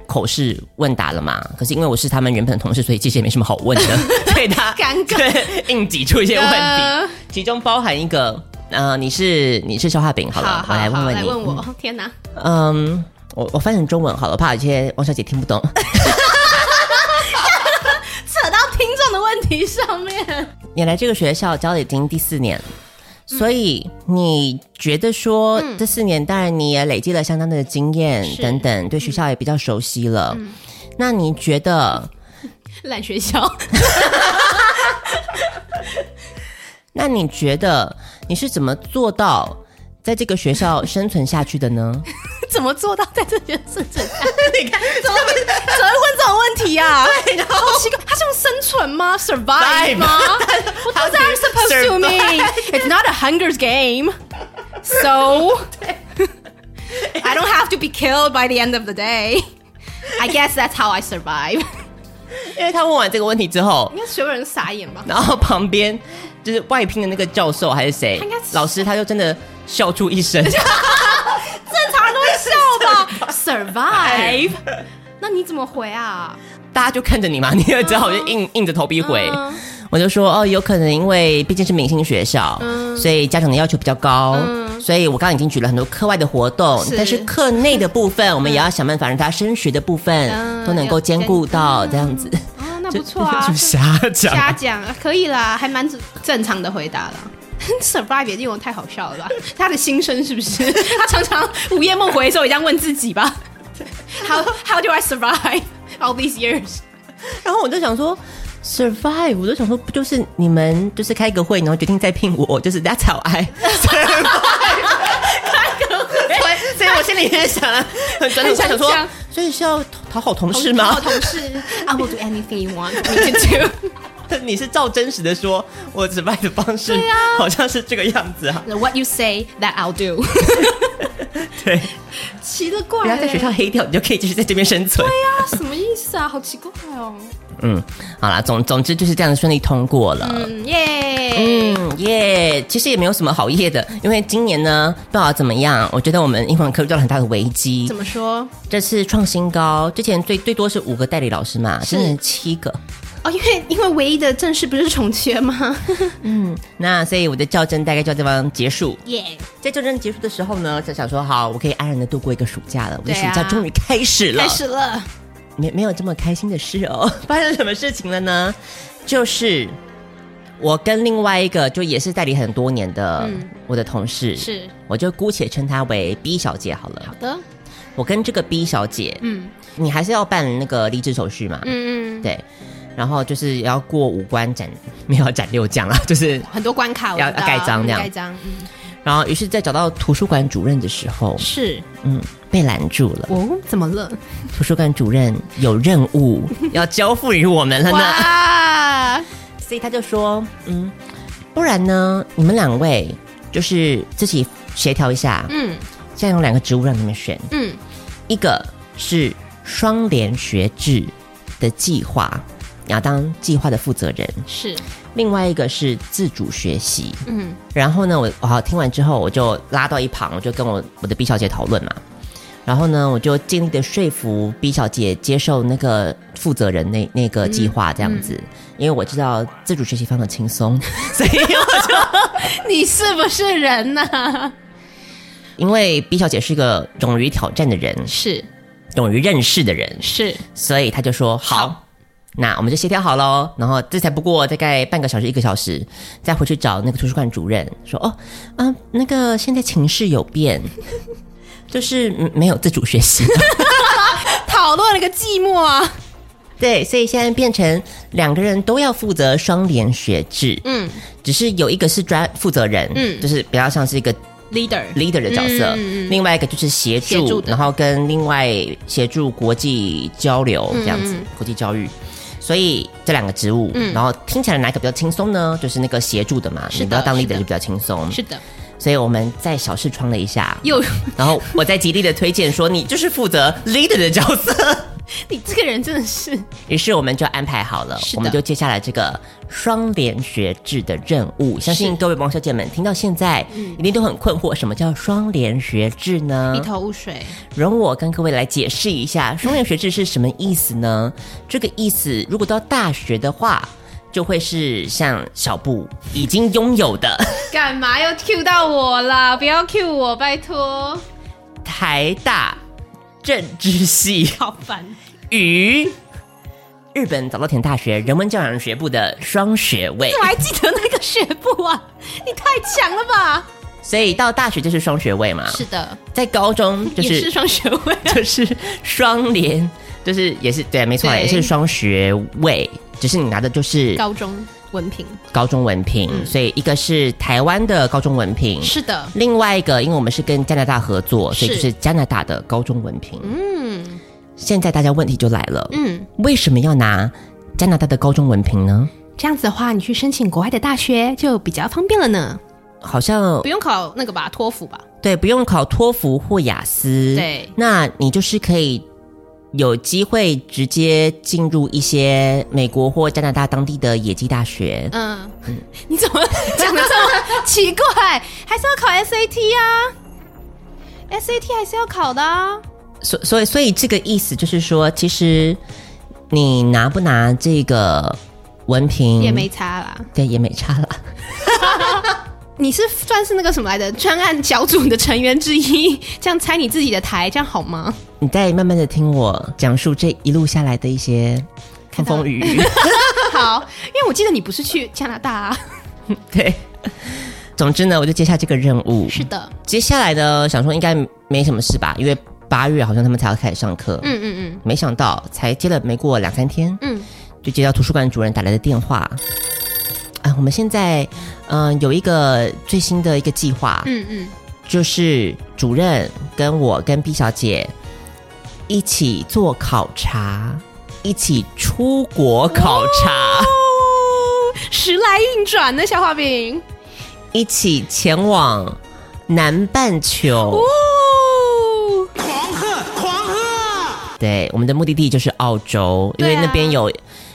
口试问答了嘛？可是因为我是他们原本的同事，所以其实也没什么好问 的，所以他
尴尬
对硬挤出一些问题，
呃
其中包含一个，呃，你是你是消化饼好
好
了，
呃好
我来问
好
问
来
你，
问我，哦天哪！
嗯，我我翻成中文好了，怕有些王小姐听不懂。
扯到听众的问题上面，
你来这个学校教了已经第四年，
嗯
所以你觉得说这四年，当然你也累积了相当的经验
是嗯
等等，对学校也比较熟悉了。那你觉得？
烂学校，
那你觉得你是怎么做到在这个学校生存下去的 呢？
怎么做到在这边生存下去？你看， 怎么怎么会问这种问题啊？对，然后好奇怪，他是用生存吗？survive 吗？What does that supposed to mean? It's not a Hunger's game. So I don't have to be killed by the end of the day. I guess that's how I survive.
因为他问完这个问题之后，
应该所有人傻眼吧？
然后旁边就是外聘的那个教授还是谁
他应该是
老师，他就真的笑出一声。
正常人都会笑吧 ？Survive？那你怎么回啊？
大家就看着你嘛，你也只好就硬硬着头皮回。
嗯
我就说哦，有可能因为毕竟是明星学校，所以家长的要求比较高，所以我刚刚已经举了很多课外的活动，
是
嗯但是课内的部分，我们也要想办法让他升学的部 分、
嗯
都能够兼顾到，这 样子。
啊，那不错啊，就
瞎 讲
瞎讲啊可以啦，还蛮正常的回答啦。survive 也用得太好笑了吧？他的心声是不是？他常常午夜梦回的时候也这样问自 己吧？How how do I survive all these years？
然后我就想说。survive，我就想说，不就是你们就是开个会，然后决定再聘我，就是 That's how I survive。所以，所以我心里也想了， 很转头下想说
很想，
所以是要讨讨好同事吗？
我哦同事，I will do anything you want me to do。
你是照真实的说，我 survive 的方式好像是这个样子啊。
The What you say that I'll do。
对，
奇了怪、
不要在学校黑掉，你就可以继续在这边生存。
啊，什么意思啊？好奇怪哦。
嗯，好啦，总总之就是这样顺利通过了。
嗯耶，
嗯耶其实也没有什么好耶的，因为今年呢，不知道怎么样，我觉得我们英文科遇到了很大的危机
怎。么说？
这次创新高，之前最最多是五个代理老师嘛，今年七个。
哦，因为因为唯一的正式不是重缺吗？
那所以我的较真大概就要这方结束。
耶，
在较真结束的时候呢，就想说好，我可以安然的度过一个暑假了。我的暑
对啊
假终于开始了，
开始了。
没没有这么开心的事哦。 发生什么事情了呢？就是我跟另外一个就也是代理很多年的我的同事，
嗯是
我就姑且称她为 B 小姐好了。
好的，
我跟这个 B 小姐，
嗯，
你还是要办那个离职手续嘛，
嗯嗯，
对，然后就是要过五关斩， 没有斩六将啦，啊 就是
很多关卡我
要
知道
盖章这样
盖章，嗯
然后于是，在找到图书馆主任的时候，
是
嗯，被拦住了。
哦，怎么了？
图书馆主任有任务要交付于我们了呢，
哇，
所以他就说，嗯，不然呢，你们两位就是自己协调一下，
嗯
现在有两个职务让你们选，
嗯，
一个是双联学制的计划，你要当计划的负责人；
是，
另外一个是自主学习。
嗯
然后呢，我我好听完之后，我就拉到一旁，我就跟我我的 B 小姐讨论嘛。然后呢，我就尽力的说服 B 小姐接受那个负责人那那个计划这样子，因为我知道自主学习非常轻松， 所以我就
你是不是人啊呐、
因为 B 小姐是一个勇于挑战的人，
是
勇于认识的人，
是，
所以他就说好，那我们就协调好喽。然后这才不过大概半个小时一个小时，再回去找那个图书馆主任说哦，啊、那个现在情势有变， 就是嗯没有自主学 习，
讨论了个寂寞啊。
对，所以现在变成两个人都要负责双联学制，
嗯
只是有一个是专负责人，
嗯
就是比较像是一个
，leader
leader 的角色，
嗯
另外一个就是协助，
协助的
然后跟另外协助国际交流这样子，
嗯
国际教育。所以这两个职务，
嗯
然后听起来哪个比较轻松呢？就是那个协助的嘛，
是的
你都要当
是
leader
的
就比较轻松。
是的，
所以我们在小视窗了一下，
又
然后我在极力的推荐说，你就是负责 leader 的角 色。
你这个人真的是
于是我们就安排好了
是，的
我们就接下来这个双联学制的任务。相信各位王小姐们听到现在，
嗯
一定都很困惑，什么叫双联学制呢？
一头雾水。
容我跟各位来解释一下双联学制是什么意思呢？这个意思如果到大学的话，就会是像小布已经拥有的
干嘛又 Q 到我啦？不要 Q 我，拜托，
台大政治系
好烦。
与日本早稻田大学人文教养学部的双学位。
我还记得那个学步啊， 你太强了吧？
所以到大学就是双学位嘛，
是的，
在高中就
也是
是
双学位。
就是双联，就是也是对，没错，
对
也是双学位，只是你拿的就是
高中文凭
高中文凭，所以一个是台湾的高中文凭，
嗯是的，
另外一个，因为我们是跟加拿大合作，所以
是
就是加拿大的高中文凭。
嗯
现在大家问题就来了，
嗯，
为什么要拿加拿大的高中文凭呢？
这样子的话，你去申请国外的大学就比较方便了呢，
好像
不用考那个吧，托福吧？
对，不用考托福或雅思，
对
那你就是可以有机会直接进入一些美国或加拿大当地的野鸡大学。
嗯， 你怎么讲的这么奇怪？还是要考 SAT 啊？SAT 还是要考的啊？
所所以所以这个意思就是说，其实你拿不拿这个文凭
也没差啦。
对也没差了。
你是算是那个什么来的专案小组的成员之一， 这样拆你自己的台，这样好吗？
你再慢慢的听我讲述这一路下来的一些风风雨 雨。
好，因为我记得你不是去加拿大、啊。
对，总之呢，我就接下这个任务。
是的，
接下来呢，想说应该没什么事吧，因为八月好像他们才要开始上课。
嗯嗯
没想到才接了没过两三天，
嗯嗯，
就接到图书馆主任打来的电话。啊，我们现在嗯、呃有一个最新的一个计划，
嗯嗯，
就是主任跟我跟 B 小姐一起做考察，一起出国考察，
哦时来运转呢，小画饼。
一起前往南半球。
哦，
对，我们的目的地就是澳洲，因为
对啊
那边有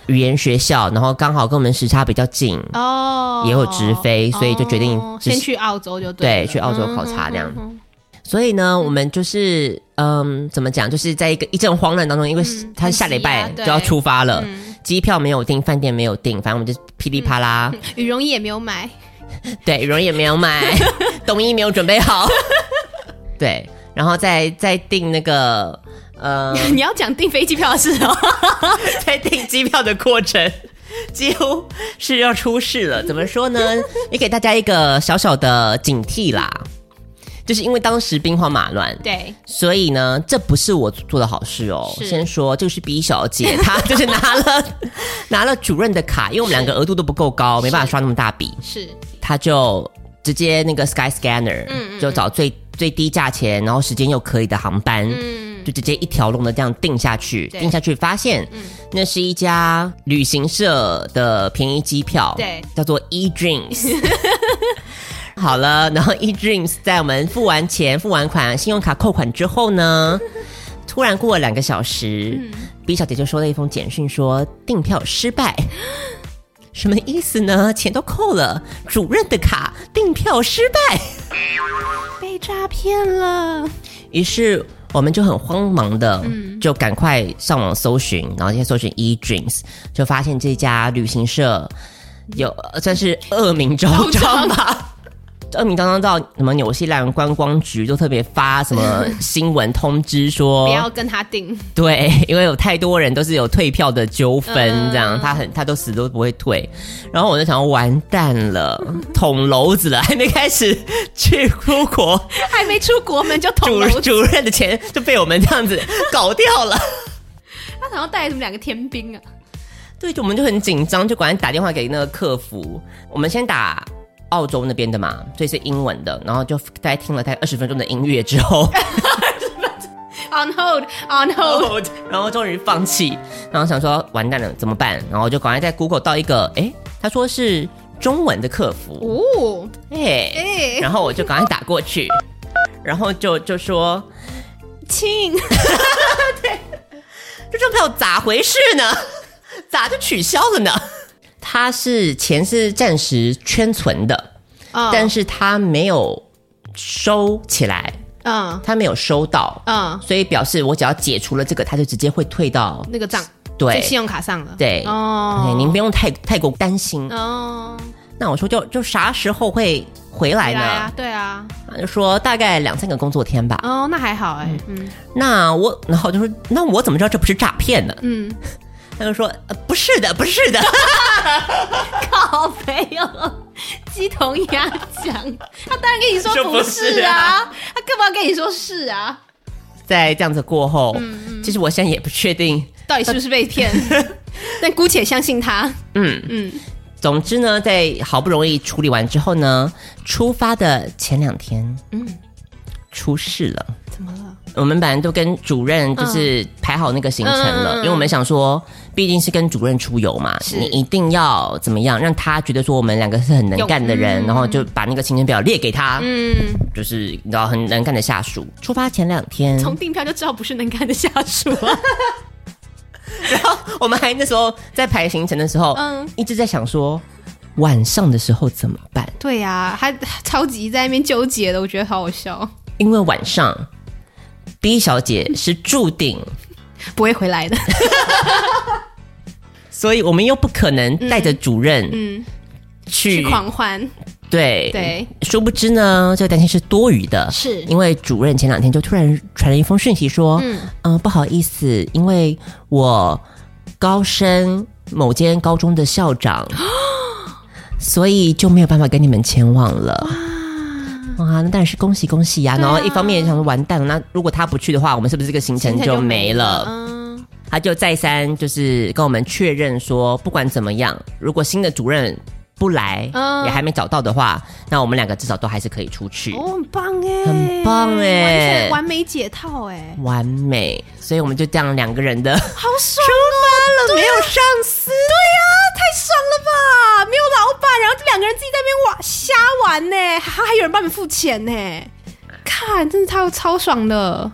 语言学校，然后刚好跟我们时差比较近。
哦
也有直飞所以就决定
哦
只是
先去澳洲就
对
了
去澳洲考察这
嗯
样所以呢，我们就是嗯，怎么讲，就是在一个一阵慌乱当中，因为
嗯
他
很
下
急
礼拜
啊
就
对
要出发了，
嗯
机票没有订，饭店没有订，反正我们就噼里啪啦，
羽绒衣也没有买，
对，羽绒也没有买，冬衣没有准备好， 对，然后再再订那个呃，
你要讲订飞机票的事哦。
在订机票的过程。 几乎是 要出事了，怎么说呢？也给大家一个小小的警惕啦，就是因为当时兵荒马乱，
对，
所以呢，这不是我做的好事哦。
是
先说，这个是 B 小姐，她就是拿了 拿了主任的卡，因为我们两个额度都不够高，没办法刷那么大笔，
是
她就直接那个 Sky Scanner，就
嗯
找最最低价钱，然后时间又可以的航班，就直接一条龙的这样定下去，
嗯对嗯
定下去发现，那是一家旅行社的便宜机票，
对
叫做 E Dreams。好了，然后 E Dreams 在我们付完钱、付完款、信用卡扣款之后 呢，突然过了两个小时、b
嗯
小姐就收到一封简讯说订票失败。什么意思呢？钱都扣了，主任的卡订票失败。
被诈骗了。嗯
于是我们就很慌忙的，就赶快上网搜寻，然后先搜寻 E Dreams，就发现这家旅行社有呃算是恶名昭彰吧。 恶名昭彰到什么纽西兰观光局都特别发什 么新闻通知说，
不要跟他订，
对，因为有太多人都是有退票的纠纷，
嗯
这样、他很他都死都不会退。然后我就想，完蛋了，捅娄子了，还 没开始去出国，
还没出国门就捅
主
娄子，
主任的钱就被我们这样子搞掉了。
他好像带了什么两个天兵啊？
对，就我们就很紧张，就赶紧打电话给那个客服。我们先打澳洲那边的嘛，所以是英文的。然后就大概听了大概二十分钟的音乐之后，
On hold, on
哦
hold，
然后终于放弃，然后想说完蛋了怎么办？然后就赶快在 Google 到一个，诶，他说是中文的客服，
哦，
哎、
哎
然后我就赶快打过去， 然后就就说
亲，
这张票咋回事呢？ 咋就取消了呢？他是钱是暂时圈存的，但
嗯
是他没有收起来，
嗯
他没有收到，
嗯，
所以表示我只要解除了这个，他就直接会退到
那个账在
对
信用卡上了，
对哎
哦
OK，您不用太太过担心。
哦，
那我说就就啥时候会回来
对
呢？
啊，对啊，
他就说大概两三个工作天吧。
哦，那还好哎，嗯
那我然后我就说那我怎么知道这不是诈骗呢？
嗯，
他就说、呃不是的，不是的。
好没有。鸡同鸭讲，他当然跟你说
就
不
不
是
是
啊，
啊
他干嘛跟你说是啊？
在这样子过后，
嗯
其实我现在也不确定。
到底是不是被 骗？但姑且相信他。
总之呢，在好不容易处理完之后呢，出发的前两天，嗯，出事了。
怎么了？嗯
我们本来都跟主任就是排好那个行程了，
嗯嗯嗯
因为我们想说，毕竟是跟主任出游嘛，
是
你一定要怎么样，让他觉得说我们两个是很能干的人，然后就把那个行程表列给他，嗯，就是你知道很能干的下属。出发前两天，
从订票就知道不是能干的下属啊。
然后我们还那时候在排行程的时候，
嗯
嗯，一直在想说晚上的时候怎么办，
对呀、还超级在那边纠结的，我觉得好好笑，
因为晚上 B 小姐是注定，
不会回 来的。
所以我们又不可能带着主任，
嗯
嗯，
去
去
狂欢，
对
对，
殊不知呢，这个担心是多余的，
是
因为主任前两天就突然传了一封讯息说，嗯、不好意思，因为我高升某间高中的校 长，所以就没有办法跟你们前往了。哇，啊那当然是恭喜恭喜呀、然后一方面也想说完蛋了，那如果他不去的话，我们是不是这个行程
现在
就没了？
嗯，
他就再三就是跟我们确认说，不管怎么样，如果新的主任不来，
嗯
也还没找到的话，那我们两个至少都还是可以出去，
哦，很棒欸哎，
很棒哎
完全完美解套哎，
完美。所以我们就这样两个人的出
好爽
发了，没有上司。
啊，太爽了吧！没有老板，然后就两个人自己在那边玩瞎玩呢，还还有人帮你们付钱呢，看，真的超超爽的。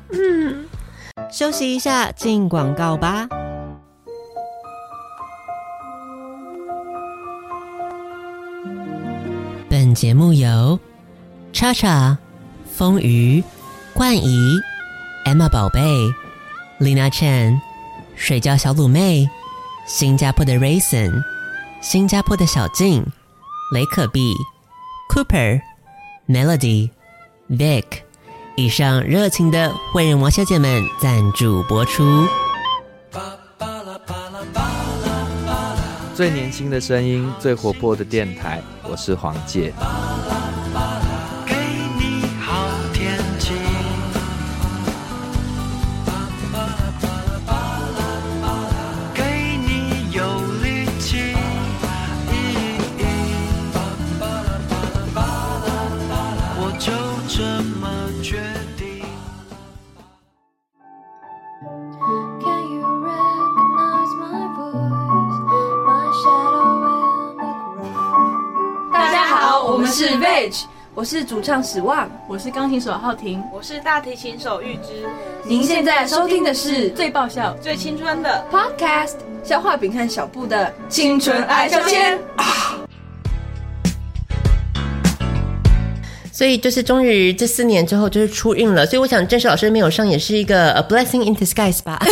休息一下，进广告吧。本节目由叉叉、风鱼、冠仪、Emma 宝贝、Lina Chen、水饺小卤妹、新加坡的 Raisin、新加坡的小静、雷可碧、Cooper、Melody、Vic。以上热情的惠人王小姐们赞助播出。
最年轻的声音，最活泼的电台，我是黄玠。
给你好天 Can you recognize my voice? My shadow in the grave.
大家好，我们是 Veg，我是主唱史旺，我是钢琴手浩婷。
我是大提琴手玉芝，
您现在收听的是最爆笑
最青春的
Podcast 消化饼和小布的青春爱消遣。
所以就是终于这四年之后就是出运了，所以我想正式老师没有上也是一个 a blessing in disguise 吧，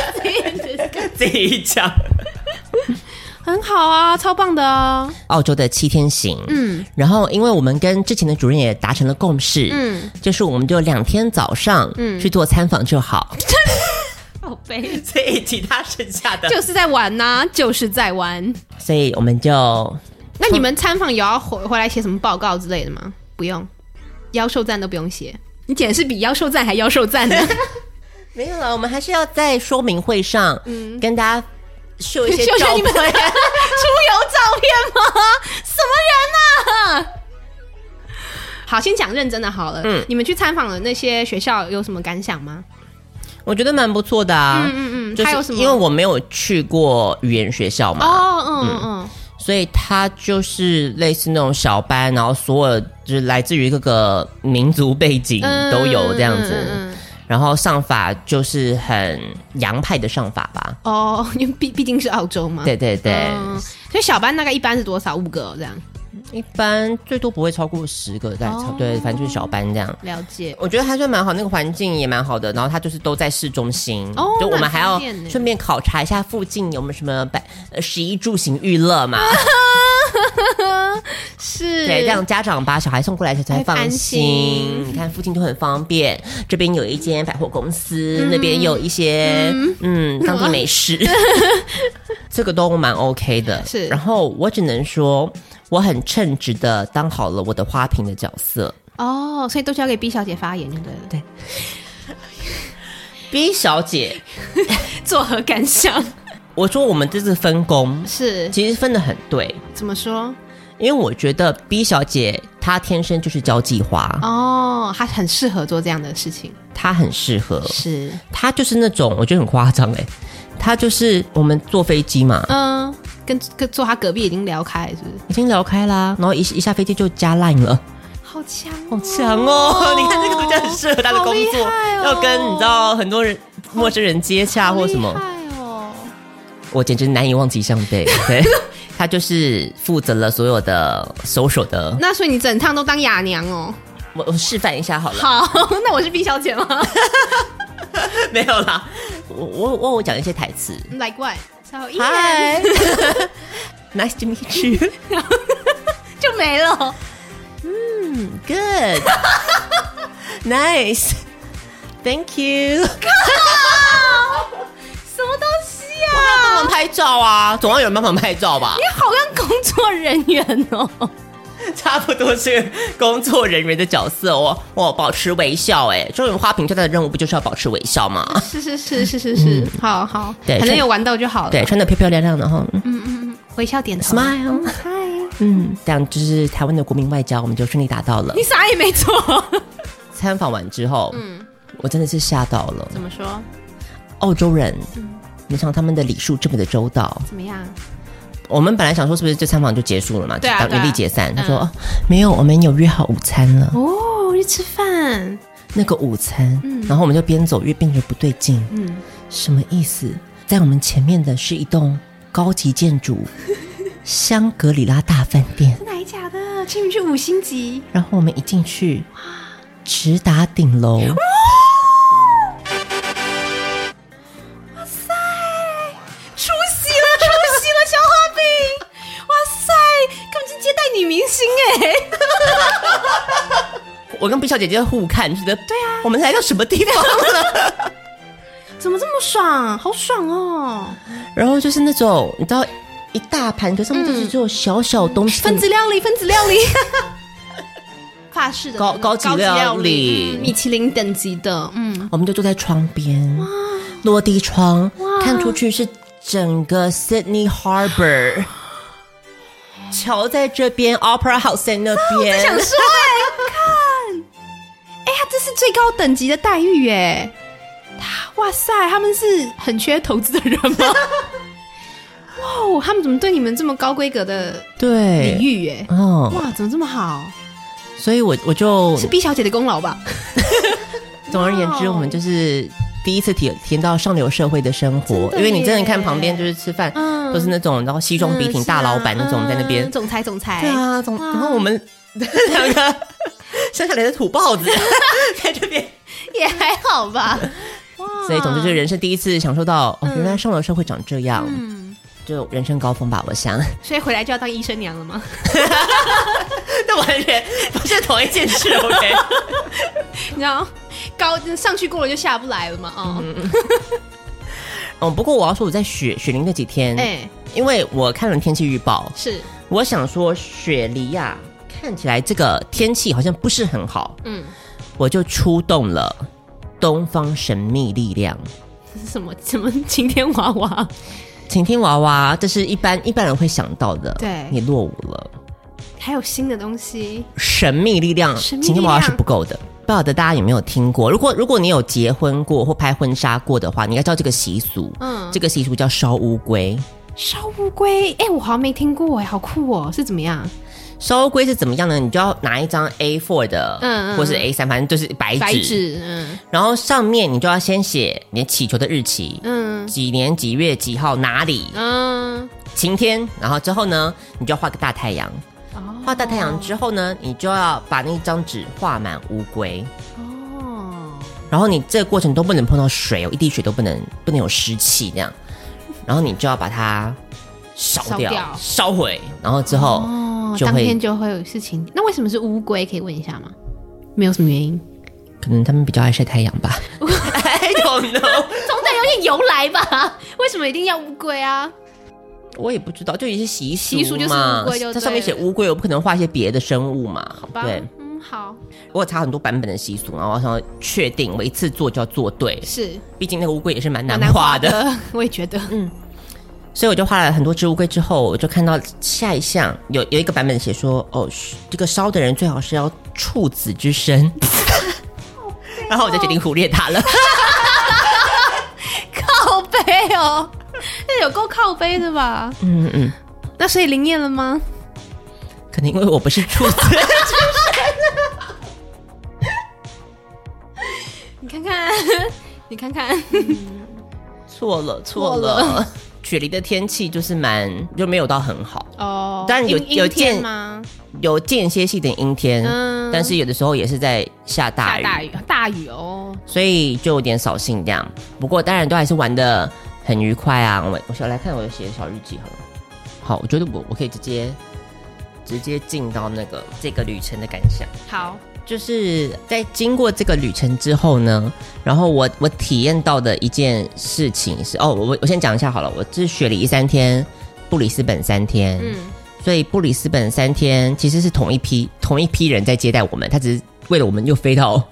自己讲。
很好啊，超棒的啊！
澳洲的七天行，
嗯，
然后因为我们跟之前的主任也达成了共识，
嗯，
就是我们就两天早上，嗯，去做参访就好，
好悲，
所以其他剩下的
就是在玩呐、就是在玩。
所以我们就
那你们参访有要回回来写什么报告之类的吗？不用，妖兽赞都不用写，你简直是比妖兽赞还妖兽赞呢。
没有了，我们还是要在说明会上，嗯，跟大家 秀一些
秀一下
照
你们的
片，
出游照片吗？什么人呐、啊 好，先讲认真的好了。嗯，你们去参访了那些学校有什么感想吗？
我觉得蛮不错的啊，
嗯嗯
就是
还有什么
因为我没有去过语言学校嘛，
哦，嗯嗯嗯，
所以它就是类似那种小班，然后所有就是来自于各个民族背景
嗯
都有这样子，
嗯嗯嗯
然后上法就是很洋派的上法吧，
哦，因为毕毕竟是澳洲嘛。
对对对，
嗯，所以小班大概一般是多少？五个这样。
一般最多不会超过十个，但
哦
差不对，反正就是小班这样。
了解。
我觉得还算蛮好，那个环境也蛮好的，然后它就是都在市中心，
哦
就我们
蛮
还要
方便的
顺便考察一下附近有没有什么百呃十一住行娱乐 嘛，
是
对，让家长把小孩送过来才才放
安
心
心。
你看附近都很方便，这边有一间百货公司，
嗯
那边有一些嗯当地美 食，这个都蛮 OK 的。
是
然后我只能说，我很称职的当好了我的花瓶的角色。
哦，所以都交给 B 小姐发言就对了。对，
B 小姐，
作何感想？
我说我们这次分工
是
其实分的很对，
怎么说？
因为我觉得 B 小姐她天生就是交际花，
哦，她很适合做这样的事情。
她很适合。
是，
他就是那种我觉得很夸张哎，他就是我们坐飞机嘛，
嗯，跟跟坐她隔壁已经聊开了，是不是？
已经聊开啦，然后一一下飞机就加 line 了，
好强、
好强哦！ 你看这个我觉得很适合他的工
好厉
作，
害哦
要跟你知道很多人陌生人接洽或什么，
哦，
我简直难以望其项 背。对，他就是负责了所有的搜索的，
那所以你整趟都当哑娘哦。
我我示范一下好了，
好， 那我是 B 小姐吗
没有啦，我我我我讲一些台词
？Like what？超一啊
嗨 ，Nice to meet you。
就没了。
Good. nice. Thank you.
什么东西啊？
帮忙拍照啊，总要有人帮忙拍照吧？
你好像工作人员哦。
差不多是工作人员的角色哦。我保持微笑、哎，周润花瓶最大的任务不就是要保持微笑吗？
是是是是是是，好好，
嗯对
反正
穿
有玩到就好了。
对，，穿的漂漂亮亮的哈、嗯、
微笑点头。
，smile，嗨，嗯，这样就是台湾的国民外交，我们就顺利达到了
你。啥也没做。
参访完之后，嗯，我真的是吓到了，
怎么说？
澳洲人，
嗯
没想到他们的礼数这么的周到。
怎么样？
我们本来想说是不是这参访就结束了嘛？
对啊
就当
对啊
原地解散。他说、哦没有，我们有约好午餐了。
哦，去吃饭。
那个午餐，然后我们就边走越边觉得不对劲，
嗯，
什么意思？在我们前面的是一栋高级建 筑，香格里拉大饭店。
真的还假的？请你们去五星级。
然后我们一进去，直达顶楼。
出席了，出席了，小花饼！哇塞，根本是接待女明星哎、
我跟毕小姐姐互看，觉得对啊，我们来到什么地方了？
怎么这么爽？好爽哦！
然后就是那种你知道一大盘，可上面就是只有小小东西，
嗯分子料理，分子料理，法式的
高高级料理
嗯米其林等级的，嗯，
我们就坐在窗边，落地窗看出去是整个 Sydney Harbour，桥在这边，Opera House 在那边，
想说哎、看，哎、还这是最高等级的待遇耶！他哇塞，他们是很缺投资的人吗？哇哦，他们怎么对你们这么高规格的
对
礼遇耶？
哦
哇，怎么这么好？
所以我我就是
B 小姐的功劳吧？
总而言之，我们就是第一次体体验到上流社会的生活，因为你真的看旁边就是吃饭、
嗯啊
都是那种然后西装笔挺大老板那种在那边，
总裁，总裁，
对啊，总然后我们 两个 乡下来的土包 子，
也还好吧。
所以总之就是人生第一次享受到哦，原来上流社会长这样，
嗯，
就人生高峰吧，我想。
所以回来就要当医生娘了吗？
那完全 不是同一件事，OK？
你知道高上去过了就下不来了嘛？哦，
嗯哦，不过我要说我在雪雪梨那几天，
哎
因为我看了天气预报，
是，
我想说雪梨呀、看起来这个天气好像不是很好，
嗯，
我就出动了东方神秘力量。
这是什么什么晴天娃娃？
晴天娃娃，这是一般一般人会想到的。
对
你落伍了。
还有新的东西？
神秘力量，
神
晴
秘力
天
量
娃娃是不够的。不晓得大家有没有听过？如果如果你有结婚过或拍婚纱过的话，你应该知道这个习俗。
嗯
这个习俗叫烧乌龟。
烧乌龟？哎、我好像没听过哎、好酷哦、是怎么样？
烧乌龟是怎么样呢？你就要拿一张 A4 的，
嗯嗯
或是 A3，反正就是白纸，
白纸，嗯
然后上面你就要先写你祈求的日期，
嗯
几年几月几号哪里
嗯，
晴天，然后之后呢，你就要画个大太阳。
哦
画大太阳之后呢，你就要把那张纸画满乌龟。
哦，
然后你这个过程都不能碰到水哦，一滴水都不能，不能有湿气这样。然后你就要把它烧掉、
烧掉
烧毁，然后之后
哦，
就
当
会、
天就会有事情。那为什么是乌龟？可以问一下吗？没有什么 原因，
可能他们比较爱晒太阳 吧。I don't know，
总得有点由来吧？ 为什么一定要乌龟啊？
我也不知道，就有一些习俗
习俗就是
嘛
乌龟就对
它上面写乌龟，我不可能画一些别的生物嘛。
吧
对，
嗯，好，
我有查很多版本的习俗，然后我想要确定我一次做就要做对，
是
毕竟那个乌龟也是蛮难
蛮
画
画
的。
的， 我也觉得，嗯，
所以我就画了很多只乌龟之后，我就看到下一项有有一个版本写说，哦，这个烧的人最好是要处子之 身，然后我就决定忽略它了。
靠背哦， 那有够靠背的吧？
嗯嗯，
那所以灵验了吗？
可能因为我不是处 子，
你看看，你看看，
错了错
错了
了。雪梨的天气就是蛮就没有到很好，
哦，
但有
阴阴
有
天
见
吗？
有间歇性的阴天，
嗯
但是有的时候也是在下大
下
雨，
大雨，大雨哦，
所以就有点扫兴这样。不过当然都还是玩的很愉快啊。我我先来看我有写的小日记好了。好，我觉得我我可以直接直接进到那个这个旅程的感想。
好，
就是在经过这个旅程之后呢，然后我我体验到的一件事情是，哦，我我先讲一下好了，我是雪梨三天，布里斯本三天，嗯，所以布里斯本三天其实是同一批同一批人在接待我们，他只是为了我们又飞到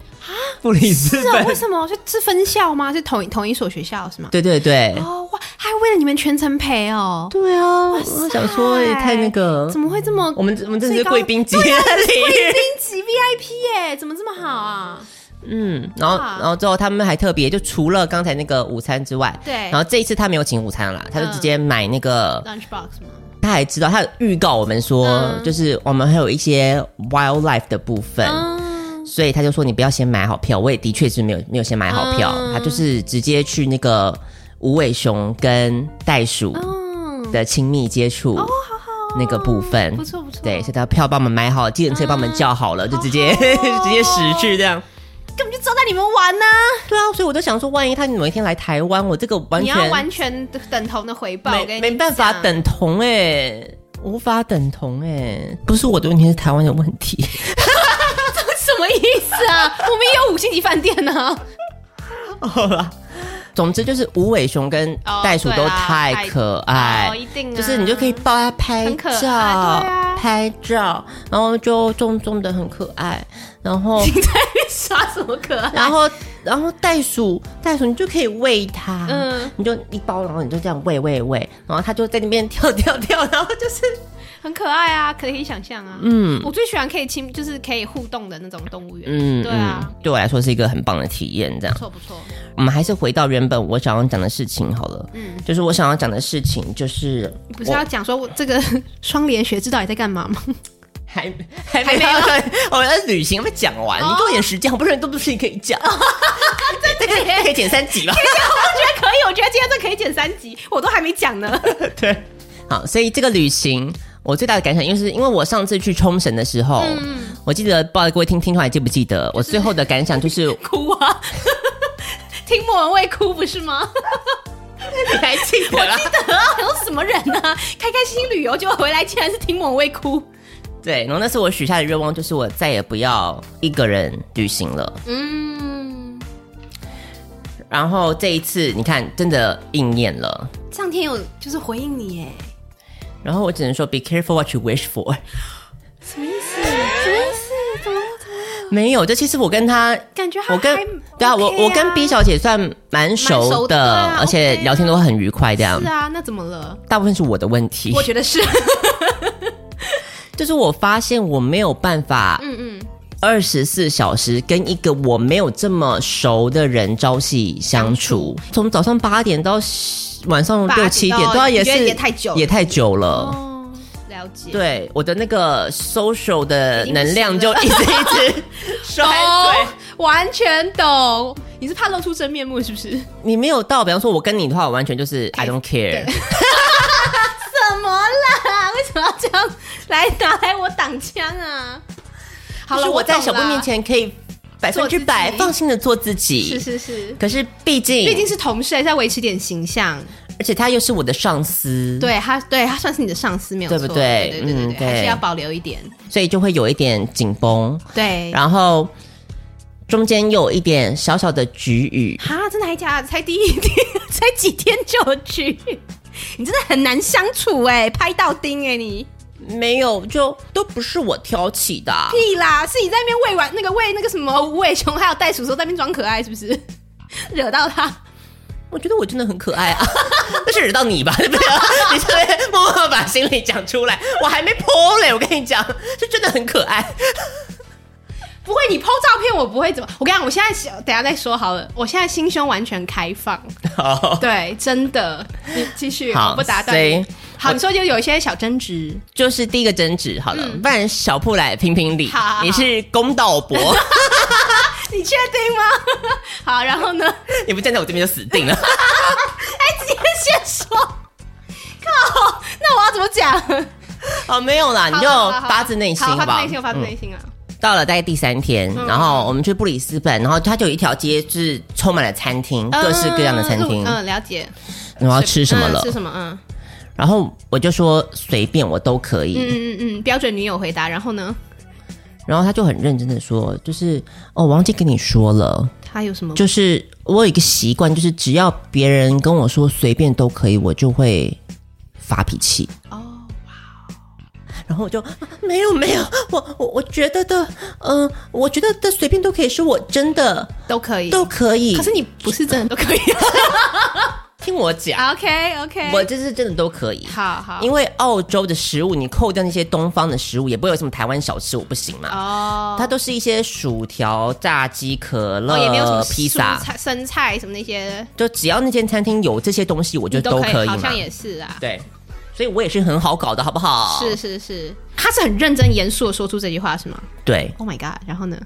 布里斯
是哦，
本，
为什么？是是分校吗？是同一同一所学校是吗？
对对对，
哦哇，还为了你们全程陪哦，
对啊，
我
我想说也太那个，
怎么会这么？
我们我们这是
最高
贵宾级
对啊
礼
贵宾级 VIP 耶，怎么这么好啊？
嗯，然后
哇
然后之后他们还特别就除了刚才那个午餐之外，
对嗯
然后这一次他没有请午餐啦，他就直接买那个，
Lunchbox 吗？
他还知道他有预告我们说，
嗯
就是我们还有一些 wildlife 的部分。
嗯，
所以他就说你不要先买好票，我也的确是没有没有先买好票，
嗯
他就是直接去那个无尾熊跟袋鼠
嗯
的亲密接
哦
触那个部分，
不错不错哦
对，所以他票帮我们买好，计程车帮我们叫好了，就直接、 直接驶去 这样。
根本就招待你们玩呢、
对啊，所以我就想说，万一他某一天来台湾，我这个完
你
全
要完全等同的回报，我
没
跟你
没办法
讲。
等同哎、无法等同哎、不是我的问题，是台湾的问 题。
什么意思啊？我们也有五星级饭店呢、 啊。
好啦，总之就是无尾熊跟
哦
袋鼠
对
都
啦
太可爱，
哦一定啊
就是你就可以抱它拍
很
照
可爱，对啊
拍照，然后就重重的很可爱，然 后
你在那边耍什么可爱？
然后然后袋鼠袋鼠你就可以喂它，
嗯
你就一包，然后你就这样喂喂喂，然后它就在那边跳跳跳，然后就是
很可爱啊，可以想象啊。
嗯
我最喜欢可以亲，就是可以互动的那种动物园。
嗯，
对啊，
嗯，对我来说是一个很棒的体验。这样
不，错不错。
我们还是回到原本我想要讲的事情好了。
嗯，
就是我想要讲的事情，就是
你不是要讲说我这个 双联学知道你在干嘛 吗？
还还没有，我要旅行还没讲完，你给我点时间，我不然都不是你可以讲。这个可以减三级吧？
我觉得可以，我觉得今天这可以剪三集，我都还没讲呢。
对，好，所以这个旅行我最大的感想，因为是因为我上次去冲绳的时候，我记得不知道各位听听出来记不记得，我最后的感想就是，你
哭啊！ 听莫文蔚哭不是吗？
还记得啦？
得啊，有 什么人啊？开开心心旅游，结果回来竟然是听莫文蔚哭。
对，然后那是我许下的愿望，就是我再也不要一个人旅行了。
嗯，
然后这一次，你看，真的应验了。
上天有就是回应你耶，
然后我只能说，be careful what you wish for。
什么意思？什么意思？怎么怎么
没有，就其实我跟他，
感觉他
我跟
还
对啊，我
OK 啊
我跟 B 小姐算蛮
蛮
熟
熟
的，
的啊
而且
OK 啊
聊天都很愉快，这样
是。啊？那怎么了？
大部分是我的问题，
我觉得是，
就是我发现我没有办法
嗯嗯，
二十四小时跟一个我没有这么熟的人朝夕相处，从早上八点到晚上
八
六
点
七
到
点，对啊，
你
也
觉得
是
也太久了
也太久了。
哦，了解，，
对，我的那个 social 的
已经不
能量
行
就
了哦
一直一直 衰退
懂。，完全懂。你是怕露出真面目是不是？
你没有到，比方说，我跟你的话，我完全就是 I don't care。
怎么啦？为什么要这样来拿来我挡枪啊？好
就是
了，
我在
懂
小布
啦
面，前可以百分之百
做自己
放心的做自己。
是是是，
可是毕竟，
毕竟是同事，还是要维持点形象。
而且他又是我的上司，，
对他，对他算是你的上司，没有
对
错，
不对
对？对对
嗯
对
对
还是要保留一点。
所以就会有一点紧绷，
对，
然后中间又有一点小小的局语。
哈，真的还假的？才第一天，才几天就有去，你真的很难相处哎、拍到钉哎、你
没有，就都不是我挑起的啊、
屁啦，是你在那边喂完那个喂那个什么无尾熊还有袋鼠的时候在那边装可爱是不是？ 惹到他，
我觉得我真的很可爱啊， 那是惹到你吧？对不对？你这边默默把心里讲出来，我还没剖嘞，我跟你讲，是真的很可爱。
不会你 PO 照片我不会怎么，我跟你讲，我现在想等一下再说好了，我现在心胸完全开放，
好，
对，真的，你继续，
好
我不打
所
断
以
你。好，你说就有一些小争执，
就是第一个争执好了，不然小铺来评评理，
好好好
你是公道 伯，
你确定吗？ 好，然后呢？哎、
你不站在我这边就死定了。
直接先说，靠，那我要怎么讲？
哦，没有啦，你就
好好好
发自内心
好
吧。
发自内心，我发自
嗯
内心啊。
到了大概第三天，
嗯
然后我们去布里斯本，然后它就有一条街就是充满了餐厅，各式各样的餐厅
嗯，呃嗯，了解。
然后要吃什么
嗯
了
吃，什么？嗯
然后我就说随便我都可以，
嗯嗯嗯，标准女友回答。然后呢？
然后他就很认真的说，就是哦，王记跟你说了，
他有什么？
就是我有一个习惯，就是只要别人跟我说随便都可以，我就会发脾气。
哦，
然后我就、啊没有没有，我我我觉得的，嗯、我觉得的随便都可以，是我真的
都可以，
都可以。
可是你不是真的 都可以。
听我讲，
OK OK，
我这是真的都可以。
好好，
因为澳洲的食物，你扣掉那些东方的食物，也不会有什么台湾小吃我不行嘛。
哦，
它都是一些薯条、炸鸡、可乐、
哦也没有什么
披萨
蔬，菜、生菜什么那些，
就只要那间餐厅有这些东西，我觉
你
得
都
可以嘛。
好像也是啊。
对，所以我也是很好搞的，好不好？
是，是是，他是很认真严肃的说出这句话是吗
对。
？Oh my god！然后呢，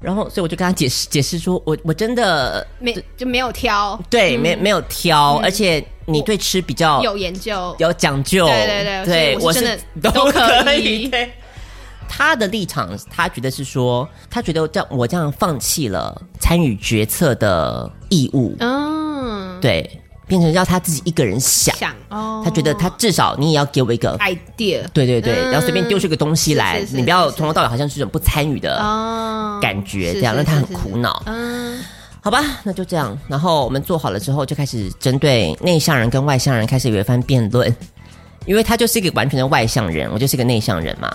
然后，所以我就跟他解释解释说，我我真的
没就没有挑，
对、没没有挑，而且你对吃比较
嗯哦有研究，
有讲究，
对对对
对，
所以我是
是
真的
都
都可
可以。
以
对他的立场，他觉得是说，他觉得这样我这样放弃了参与决策的义务，
嗯，
对，变成要他自己一个人想。
想哦，
他觉得他至少你也要给我一个，
idea
对对对，
嗯
然后随便丢出一个东西来
是是，是
你不要
是是
从头到尾好像是一种不参与的
哦，
感觉，
是
这样
是
让他
是
很
是
苦恼。
嗯，
好吧，那就这样。然后我们做好了之后，就开始针对内向人跟外向人开始有一番辩论，因为他就是一个完全的外向人，我就是一个内向人嘛，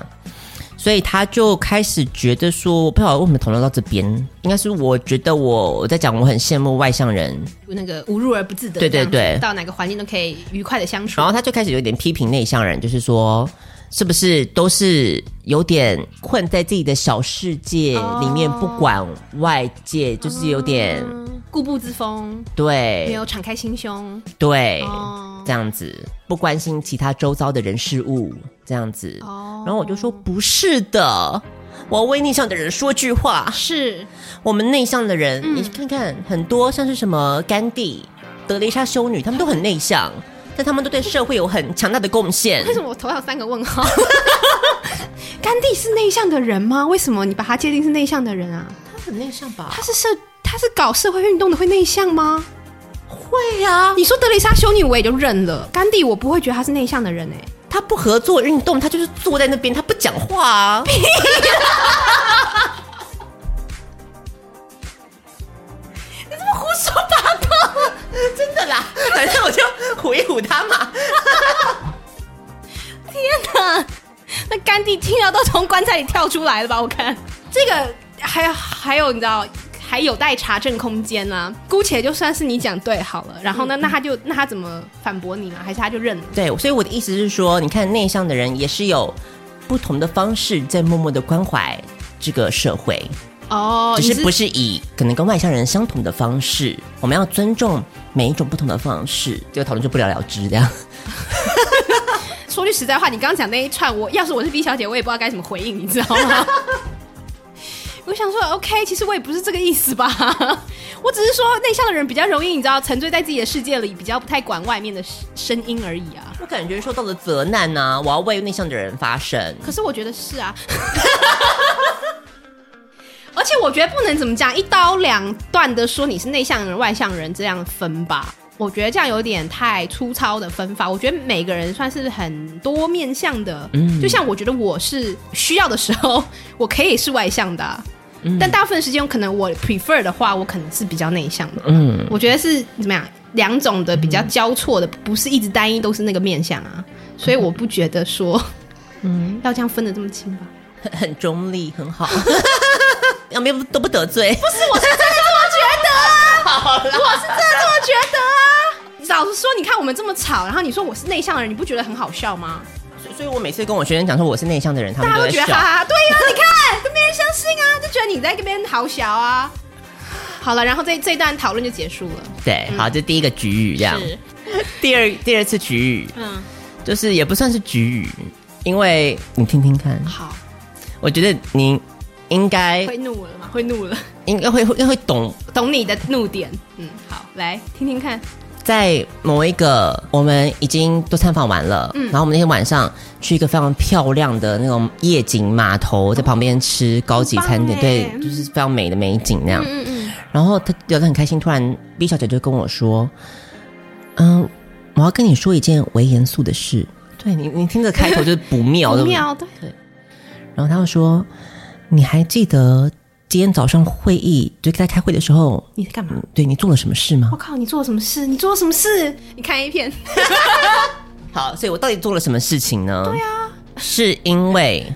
所以他就开始觉得说，我不晓得为什么讨论到这边，应该是我觉得我我在讲我很羡慕外向人，
那个无入而不自得，
对对
这样子
对
到哪个环境都可以愉快的相处
然，后他就开始有点批评内向人，就是说是不是都是有点困在自己的小世界里
哦
面，不管外界，就是有点
嗯固步自封，没
对
有敞开心胸，
对
哦
这样子，不关心其他周遭的人事物，这样子。
哦
然后我就说不是的。我要为内向的人说句话，
是
我们内向的人，
嗯
你看看很多像是什么甘地、德雷莎修女，他们都很内向，但他们都对社会有很强大的贡献。
为什么我头上有三个问号？ 甘地是内向的人吗？为什么你把他界定是内向的人啊？
他很内向吧？
他是社，他是搞社会运动的，会内向吗？
会啊呀、
你说德蕾莎修女我也就认了，甘地我不会觉得他是内向的人哎、
他不合作运动，他就是坐在那边，他不讲话 啊。
你怎么胡说八道？
真的啦， 反正我就唬一唬他嘛。
天哪！那甘地听到都从棺材里跳出来了吧？我看这个还还有你知道还有待查证空间啊。姑且就算是你讲对好了，然后
嗯
呢，那他就那他怎么反驳你呢？还是他就认了？
对，所以我的意思是说，你看内向的人也是有不同的方式在默默的关怀这个社会，
哦
只是不是以可能跟外向人相同的方式，我们要尊重每一种不同的方式，这个讨论就不了了之这样。
说句实在话，你刚刚讲那一串，我要是我是 B 小姐，我也不知道该怎么回应，你知道吗？ 我想说，OK，其实我也不是这个意思吧， 我只是说内向的人比较容易，你知道，沉醉在自己的世界里，比较不太管外面的声音而已啊。
我感觉受到了责难呐、我要为内向的人发声。
可是我觉得是啊， 而且我觉得不能怎么讲一刀两断的说你是内向人、外向人这样分吧。我觉得这样有点太粗糙的分法。我觉得每个人算是很多面向的，
嗯
就像我觉得我是需要的时候，我可以是外向的啊、
嗯
但大部分时间可能我 prefer 的话，我可能是比较内向的。
嗯
我觉得是怎么样，两种的比较交错的，不是一直单一都是那个面相啊，所以我不觉得说，嗯，要这样分的这么清吧。
很很中立，很好。 要没有都不得罪，不
是我是真的这么觉得啊，我是真的这么觉得啊。老实说，你看我们这么吵，然后你说我是内向的人，你不觉得很好笑吗？
所以所以我每次跟我学生讲说我是内向的人，他
大
们
家
都
都
会
觉
笑
得。哈哈哈，对呀、 你看都没人相信啊，就觉得你在这边好小啊。 好了，然后这这一段讨论就结束了。
对，好，这第一个局语这样。
是，
第二第二次局语，
嗯，
就是也不算是局语，因为你听听看。
好，
我觉得你应该
会怒了吗？会 怒了，
应该会会会懂，
懂你的怒点。嗯，好，来听听看。
在某一个我们已经都参访完了，
嗯
然后我们那天晚上去一个非常漂亮的那种夜景码头，在旁边吃高级餐点，
很棒
对
耶，
就是非常美的美景那样。
嗯嗯
然后他聊得很开心，突然 B 小姐就跟我说：“嗯，我要跟你说一件为严肃的事。对你，你听这开头就是不 妙，
嗯，
对不对
妙对。
然后他又说：“你还记得今天早上会议就在开会的时候，
你在干嘛？
嗯对你做了什么事吗
我靠，你做了什么事？你做了什么事？你看 A 片，？”
好，所以我到底做了什么事情呢？对啊，是因为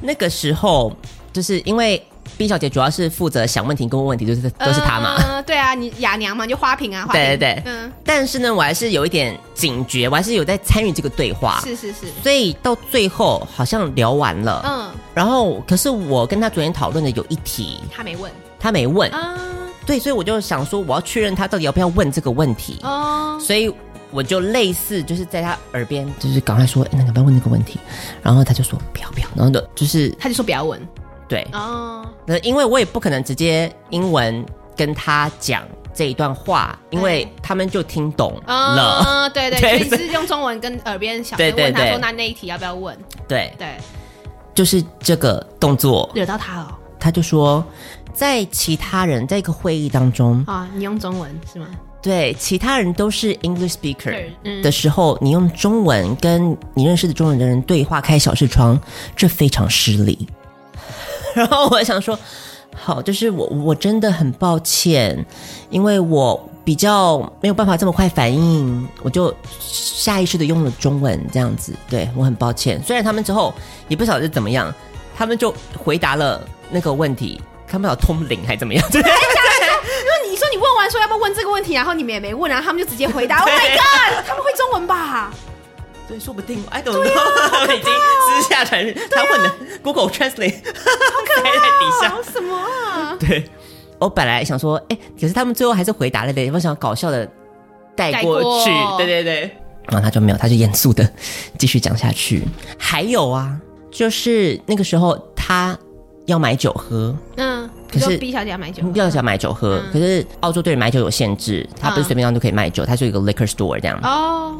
那个时候，就是因为 B 小姐主要是负责想问题跟问问题，就是都是她嘛。
嗯， 对啊，你哑娘嘛，你就花瓶啊，花瓶。
对对对
嗯，
但是呢，我还是有一点警觉，我还是有在参与这个对话。
是是是，
所以到最后好像聊完了，
嗯，
然后可是我跟他昨天讨论的有一题
他没问
他没问，
啊，
对，所以我就想说我要确认他到底要不要问这个问题，
哦，
所以我就类似就是在他耳边就是赶快说，哎，那个要不要问这个问题？然后他就说不要不要，然后就就是
他就说不要问
对，
哦，
那因为我也不可能直接英文跟他讲这一段话，因为他们就听懂了，
嗯，对对，所
对
以你
所以
是用中文跟耳边小
对
声
对
问他
对
说，那那一题要不要问？
对，
对，
就是这个动作，
惹到他哦了
他就说，在其他人在一个会议当中，
啊，你用中文是吗？
对其他人都是 English speaker
嗯
的时候，你用中文跟你认识的中文的人对话，开小视窗，这非常失礼。 然后我想说，好，就是我我真的很抱歉，因为我比较没有办法这么快反应，我就下意识的用了中文这样子，对我很抱歉。虽然他们之后也不晓得是怎么样，他们就回答了那个问题，他们要通灵还怎么样？对
那你说你问完啊哎，oh 说要不要问这个问题，然后你们也没问，然后他们就直接回答，Oh my god，他们会中文吧？
对，啊说不定 I don't know，、已经 私下传讯，他问的 Google Translate，塞 在底下。
什么啊？
对，我啊哦本来想说，哎、可是他们最后还是回答了的，我想搞笑的带过去
带，过
对对对。然后他就没有，他就严肃的继续讲下去。还有啊，就是那个时候他要买酒喝，
嗯，
可
你
是
说 B 小姐要买酒，
要想买酒喝，嗯可是澳洲对买酒有限制，他不是随便上都可以卖酒，他是有一个 liquor store 这样，
哦，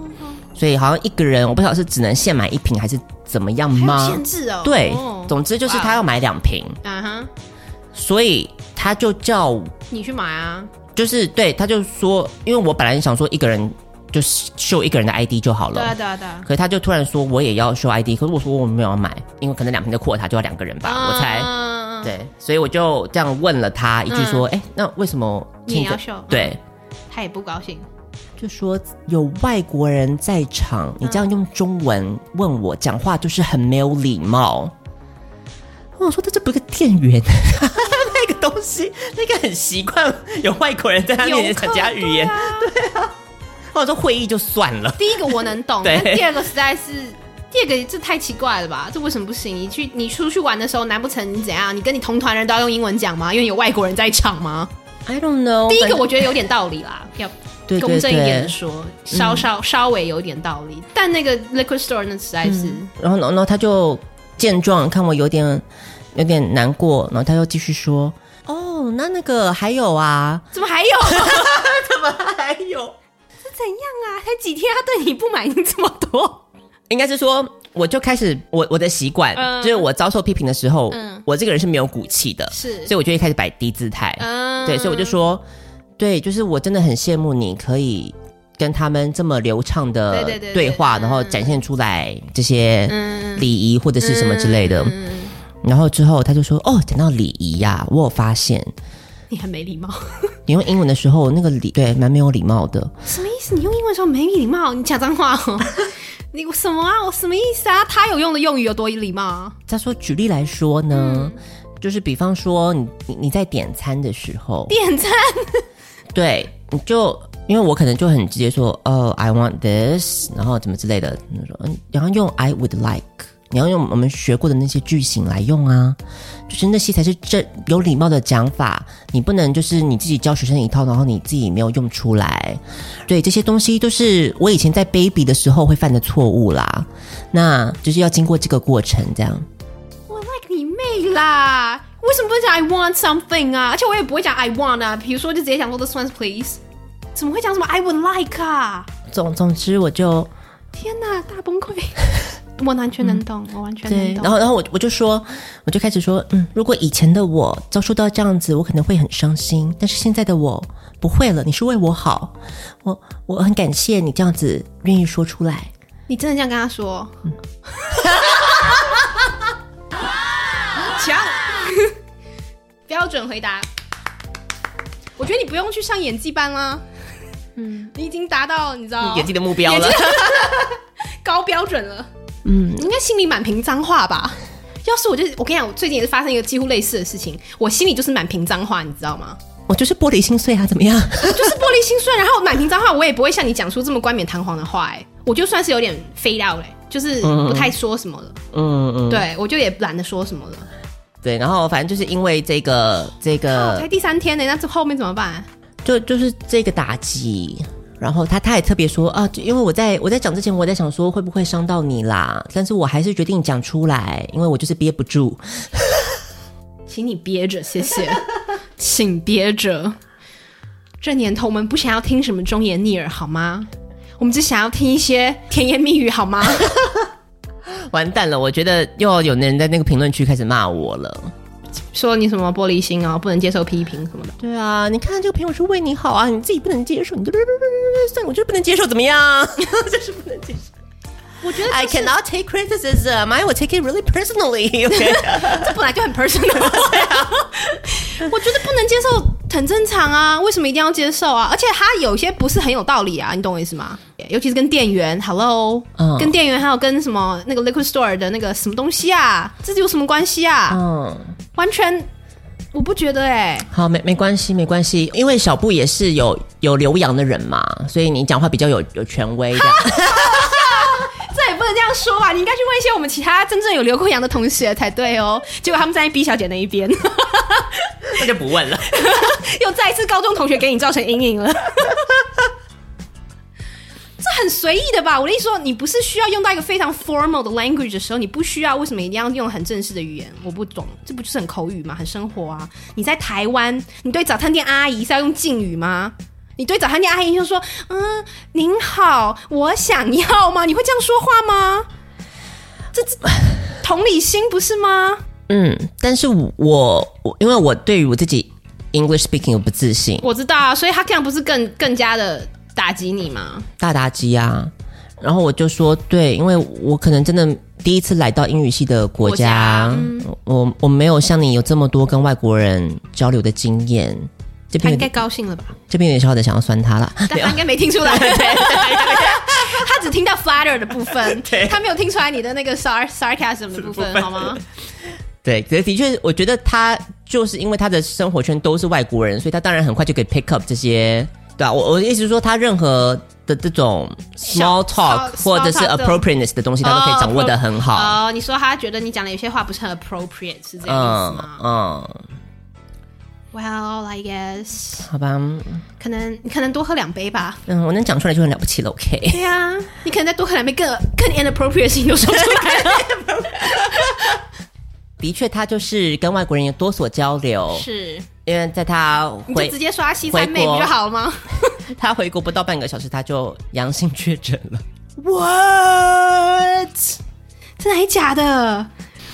所以好像一个人我不晓得是只能限买一瓶还是怎么样吗？
限制哦
对
哦，
总之就是他要买两瓶，
啊哈，
所以他就叫
你去买啊，
就是对，他就说，因为我本来想说一个人就是秀一个人的 ID 就好了，
对啊对啊对啊，
可是他就突然说我也要秀 ID，可是我说我没有要买，因为可能两瓶的扩塔就要两个人吧，
啊
我才
嗯，
对，所以我就这样问了他一句说，哎、那为什么
你也要
Tinder-
秀
对，
他也不高兴，
就说有外国人在场，你这样用中文问我讲话就是很没有礼貌。我说这这不是个店员， 那个东西，那个很习惯有外国人在他面前讲其他语言，对啊。我说会议就算了，
第一个我能 懂，
对
但第二个实在是，第二个这太奇怪了吧？这为什么不行？你去你出去玩的时候，难不成你怎样？你跟你同团人都要用英文讲吗？因为有外国人在场吗？
I don't know。
第一个我觉得有点道理啦， 要
哦对对
公正一点的
对
说，稍稍稍微有点道理。但那个 liquor store 那实在是，
然后，然后然后他就见状，看我有点有点难过，然后他又继续说：“哦，那那个还有啊，
怎么还 有？怎
还有，
样啊？才几天，他对你不满意这么多？
应该是说，我就开始我我的习惯、
嗯
就是我遭受批评的时候，
嗯
我这个人是没有骨气的，
是
所以我就会开始摆低姿态。
嗯
对，所以我就说，对，就是我真的很羡慕你可以跟他们这么流畅的
对对对嗯
对话，然后展现出来这些礼仪或者是什么之类的。然后之后他就说，哦，讲到礼仪呀、我有发现
你很没礼貌，
你用英文的时候，那个礼对蛮没有礼貌的。
什么意思？你用英文说没礼貌，你讲脏话哦？你什么啊？我什么意思啊？他有用的用语有多礼貌啊？
他说，举例来说
嗯
呢，就是比方说你你你在点餐的时候，
点赞，
对，你就因为我可能就很直接说，哦，I want this，然后怎么之类的，你说，嗯然后用 I would like，你要用我们学过的那些句型来用啊，就是那些才是正有礼貌的讲法，你不能就是你自己教学生一套，然后你自己没有用出来，对，这些东西都是我以前在 baby 的时候会犯的错误啦，那就是要经过这个过程，这样，
我 like 你妹啦！为什么不讲 I want something 啊？而且我也不会讲 I want 啊，比如说就直接讲说 this one's please，怎么会讲什么 I would like 啊？
总总之我就。
天哪，大崩溃！我完全能懂，我完全
对
能，懂。
然后然后我我就说，我就开始说，嗯，如果以前的我遭受到这样子，我可能会很伤心，但是现在的我不会了，你是为我好，我我很感谢你这样子愿意说出来。
你真的这样跟他说？
嗯
强，标准回答。我觉得你不用去上演技班啦。嗯，你已经达到你知道
演技的目标了，
高标准了。嗯，应该心里满屏脏话吧？要是我就是，我跟你讲，我最近也是发生一个几乎类似的事情，我心里就是满屏脏话，你知道吗？
我就是玻璃心碎啊，怎么样？
就是玻璃心碎，然后满屏脏话，我也不会像你讲出这么冠冕堂皇的话、哎，我就算是有点 fade out 哎、就是不太说什么了，
嗯嗯，
对我就也懒得说什么了。
对，然后反正就是因为这个这
哦，
个
才，第三天呢、那这后面怎么办、啊
就就是这个打击。然后他他也特别说啊，就因为我在我在讲之前，我在想说会不会伤到你啦，但是我还是决定讲出来，因为我就是憋不住。
请你憋着，谢谢， 请憋着。这年头我们不想要听什么忠言逆耳好吗？我们只想要听一些甜言蜜语 好吗？
完蛋了！我觉得又有人在那个评论区开始骂我了。
说你什么玻璃心哦，不能接受批评什么的。
对啊，你看这个朋友是为你好啊，你自己不能接受，你就算了，我就是不能接受，怎么样？ 就是不能接受。
我觉 得
I cannot take criticism. I will take it really personally. OK，
这本来就很 personal，我啊 觉得不能接受很正常啊，为什么一定要接受啊？而且它有些不是很有道理啊，你懂我意思吗？尤其是跟店员，hello，、
嗯
跟店员还有跟什么那个 liquor store 的那个什么东西啊，这有什么关系啊？
嗯，
完全我不觉得哎、
好，没没关系，没关系，因为小布也是有有留洋的人嘛，所以你讲话比较有有权威的。
这能这样说啊吧，你应该去问一些我们其他真正有留过洋的同学才对哦。结果他们站在 B 小姐那一边，
那就不问了。
又再一次高中同学给你造成阴影了。 这很随意的吧？我的意思说，你不是需要用到一个非常 formal 的 language 的时候，你不需要，为什么一定要用很正式的语言？我不懂，这不就是很口语吗？很生活啊！你在台湾，你对早餐店阿姨是要用敬语吗？你对早餐店阿姨就说：“嗯，您好，我想要吗？”你会这样说话吗？这这同理心不是吗？
嗯，但是我我因为我对于我自己 English speaking 我不自信，
我知道啊，所以他这样不是更更加的打击你吗？
大打击啊。然后我就说，对，因为我可能真的第一次来到英语系的国家，嗯我我没有像你有这么多跟外国人交流的经验。这
他
边
应
有
该
点
高兴了吧？
这边有点小小的想要酸他了，
但他应该没听出 来，他只听到 flatter 的部 分，他没有听出来你的那个 sar sarcasm 的部分，好吗？
对，可是的确，我觉得他就是因为他的生活圈都是外国人，所以他当然很快就可以 pick up 这些，对啊，我我的意思是说，他任何的这种 small talk 或者是
small talk 这种
appropriateness 的东西，他都可以掌握的很好。
哦，你说他觉得你讲的有些话不是很 appropriate，是这样意
嗯
思吗
嗯，
？Well, I guess
好吧，
可能你可能多喝两杯吧。
嗯，我能讲出来就很了不起了，OK。
对啊，你可能再多喝两杯更更 inappropriate 的事情都说出来 了。
的确，他就是跟外国人有多所交流，
是，
因为在他
你就
回
直接刷西餐妹
回
不
国
就好了吗？
他回国不到半个小时，他就阳性确诊了。
What？真的还假的？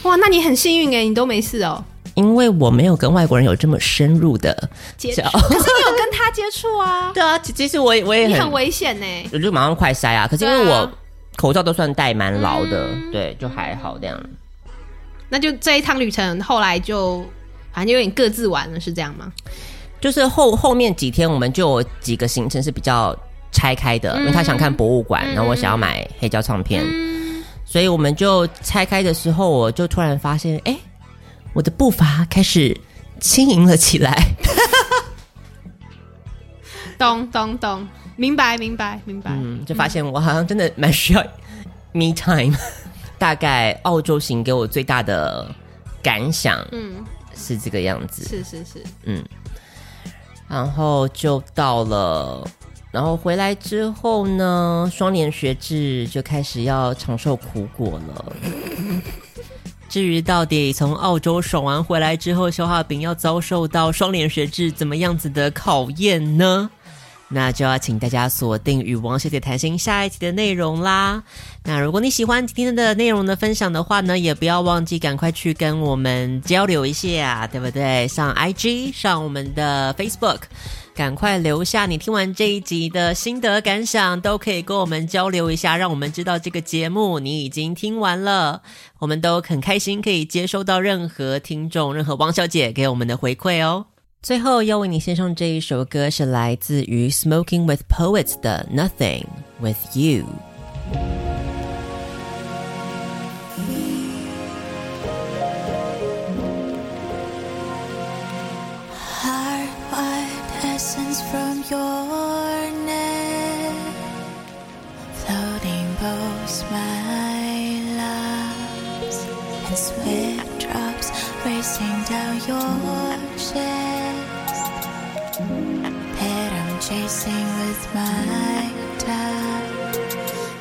哇，那你很幸运哎、你都没事哦。
因为我没有跟外国人有这么深入的
接
交？
触，可是你有跟他接触啊
对啊，其其实我也我也
你
很
很危险呢、
我就马上快筛啊。可嗯是因为
对
我
啊
口罩都算戴蛮牢的，对，就还好这样。
那就这一趟旅程后来就反正就有点各自玩了，是这样吗？
就是后后面几天我们就有几个行程是比较拆开的，因为他想看博物馆，然后我想要买黑胶唱片，所以我们就拆开的时候，我就突然发现，哎、我的步伐开始轻盈了起来。
懂懂懂，明白明白明白。
嗯，就发现我好像真的蛮需要 me time。大 概澳洲行给我最大的感想
嗯，
是这个样子，
是是是，
嗯，然后就到了，然后回来之后呢，双联学制就开始要尝受苦果了。 至于到底从澳洲爽完回来之后，消化饼要遭受到双联学制怎么样子的考验呢？那就要请大家锁定与王小姐谈心下一集的内容啦。那如果你喜欢今天的内容的分享的话呢，也不要忘记赶快去跟我们交流一下，对不对？上 IG，上我们的 Facebook，赶快留下你听完这一集的心得感想，都可以跟我们交流一下，让我们知道这个节目你已经听完了。我们都很开心可以接收到任何听众、任何王小姐给我们的回馈哦。最后要为你献上这一首歌，是来自于 Smoking with Poets 的《Nothing with You》。
Heart, white essence from your neck, floating both my lips, and swift drops racing down your chest. That I'm chasing with my time.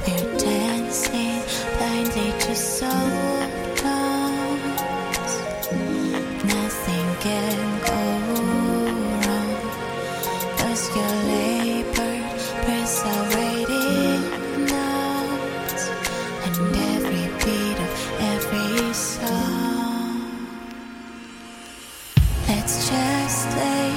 We're dancing blindly to soul drums. Nothing can go wrong. Cause your labor press already numbs. And every beat of every song. Let's just lay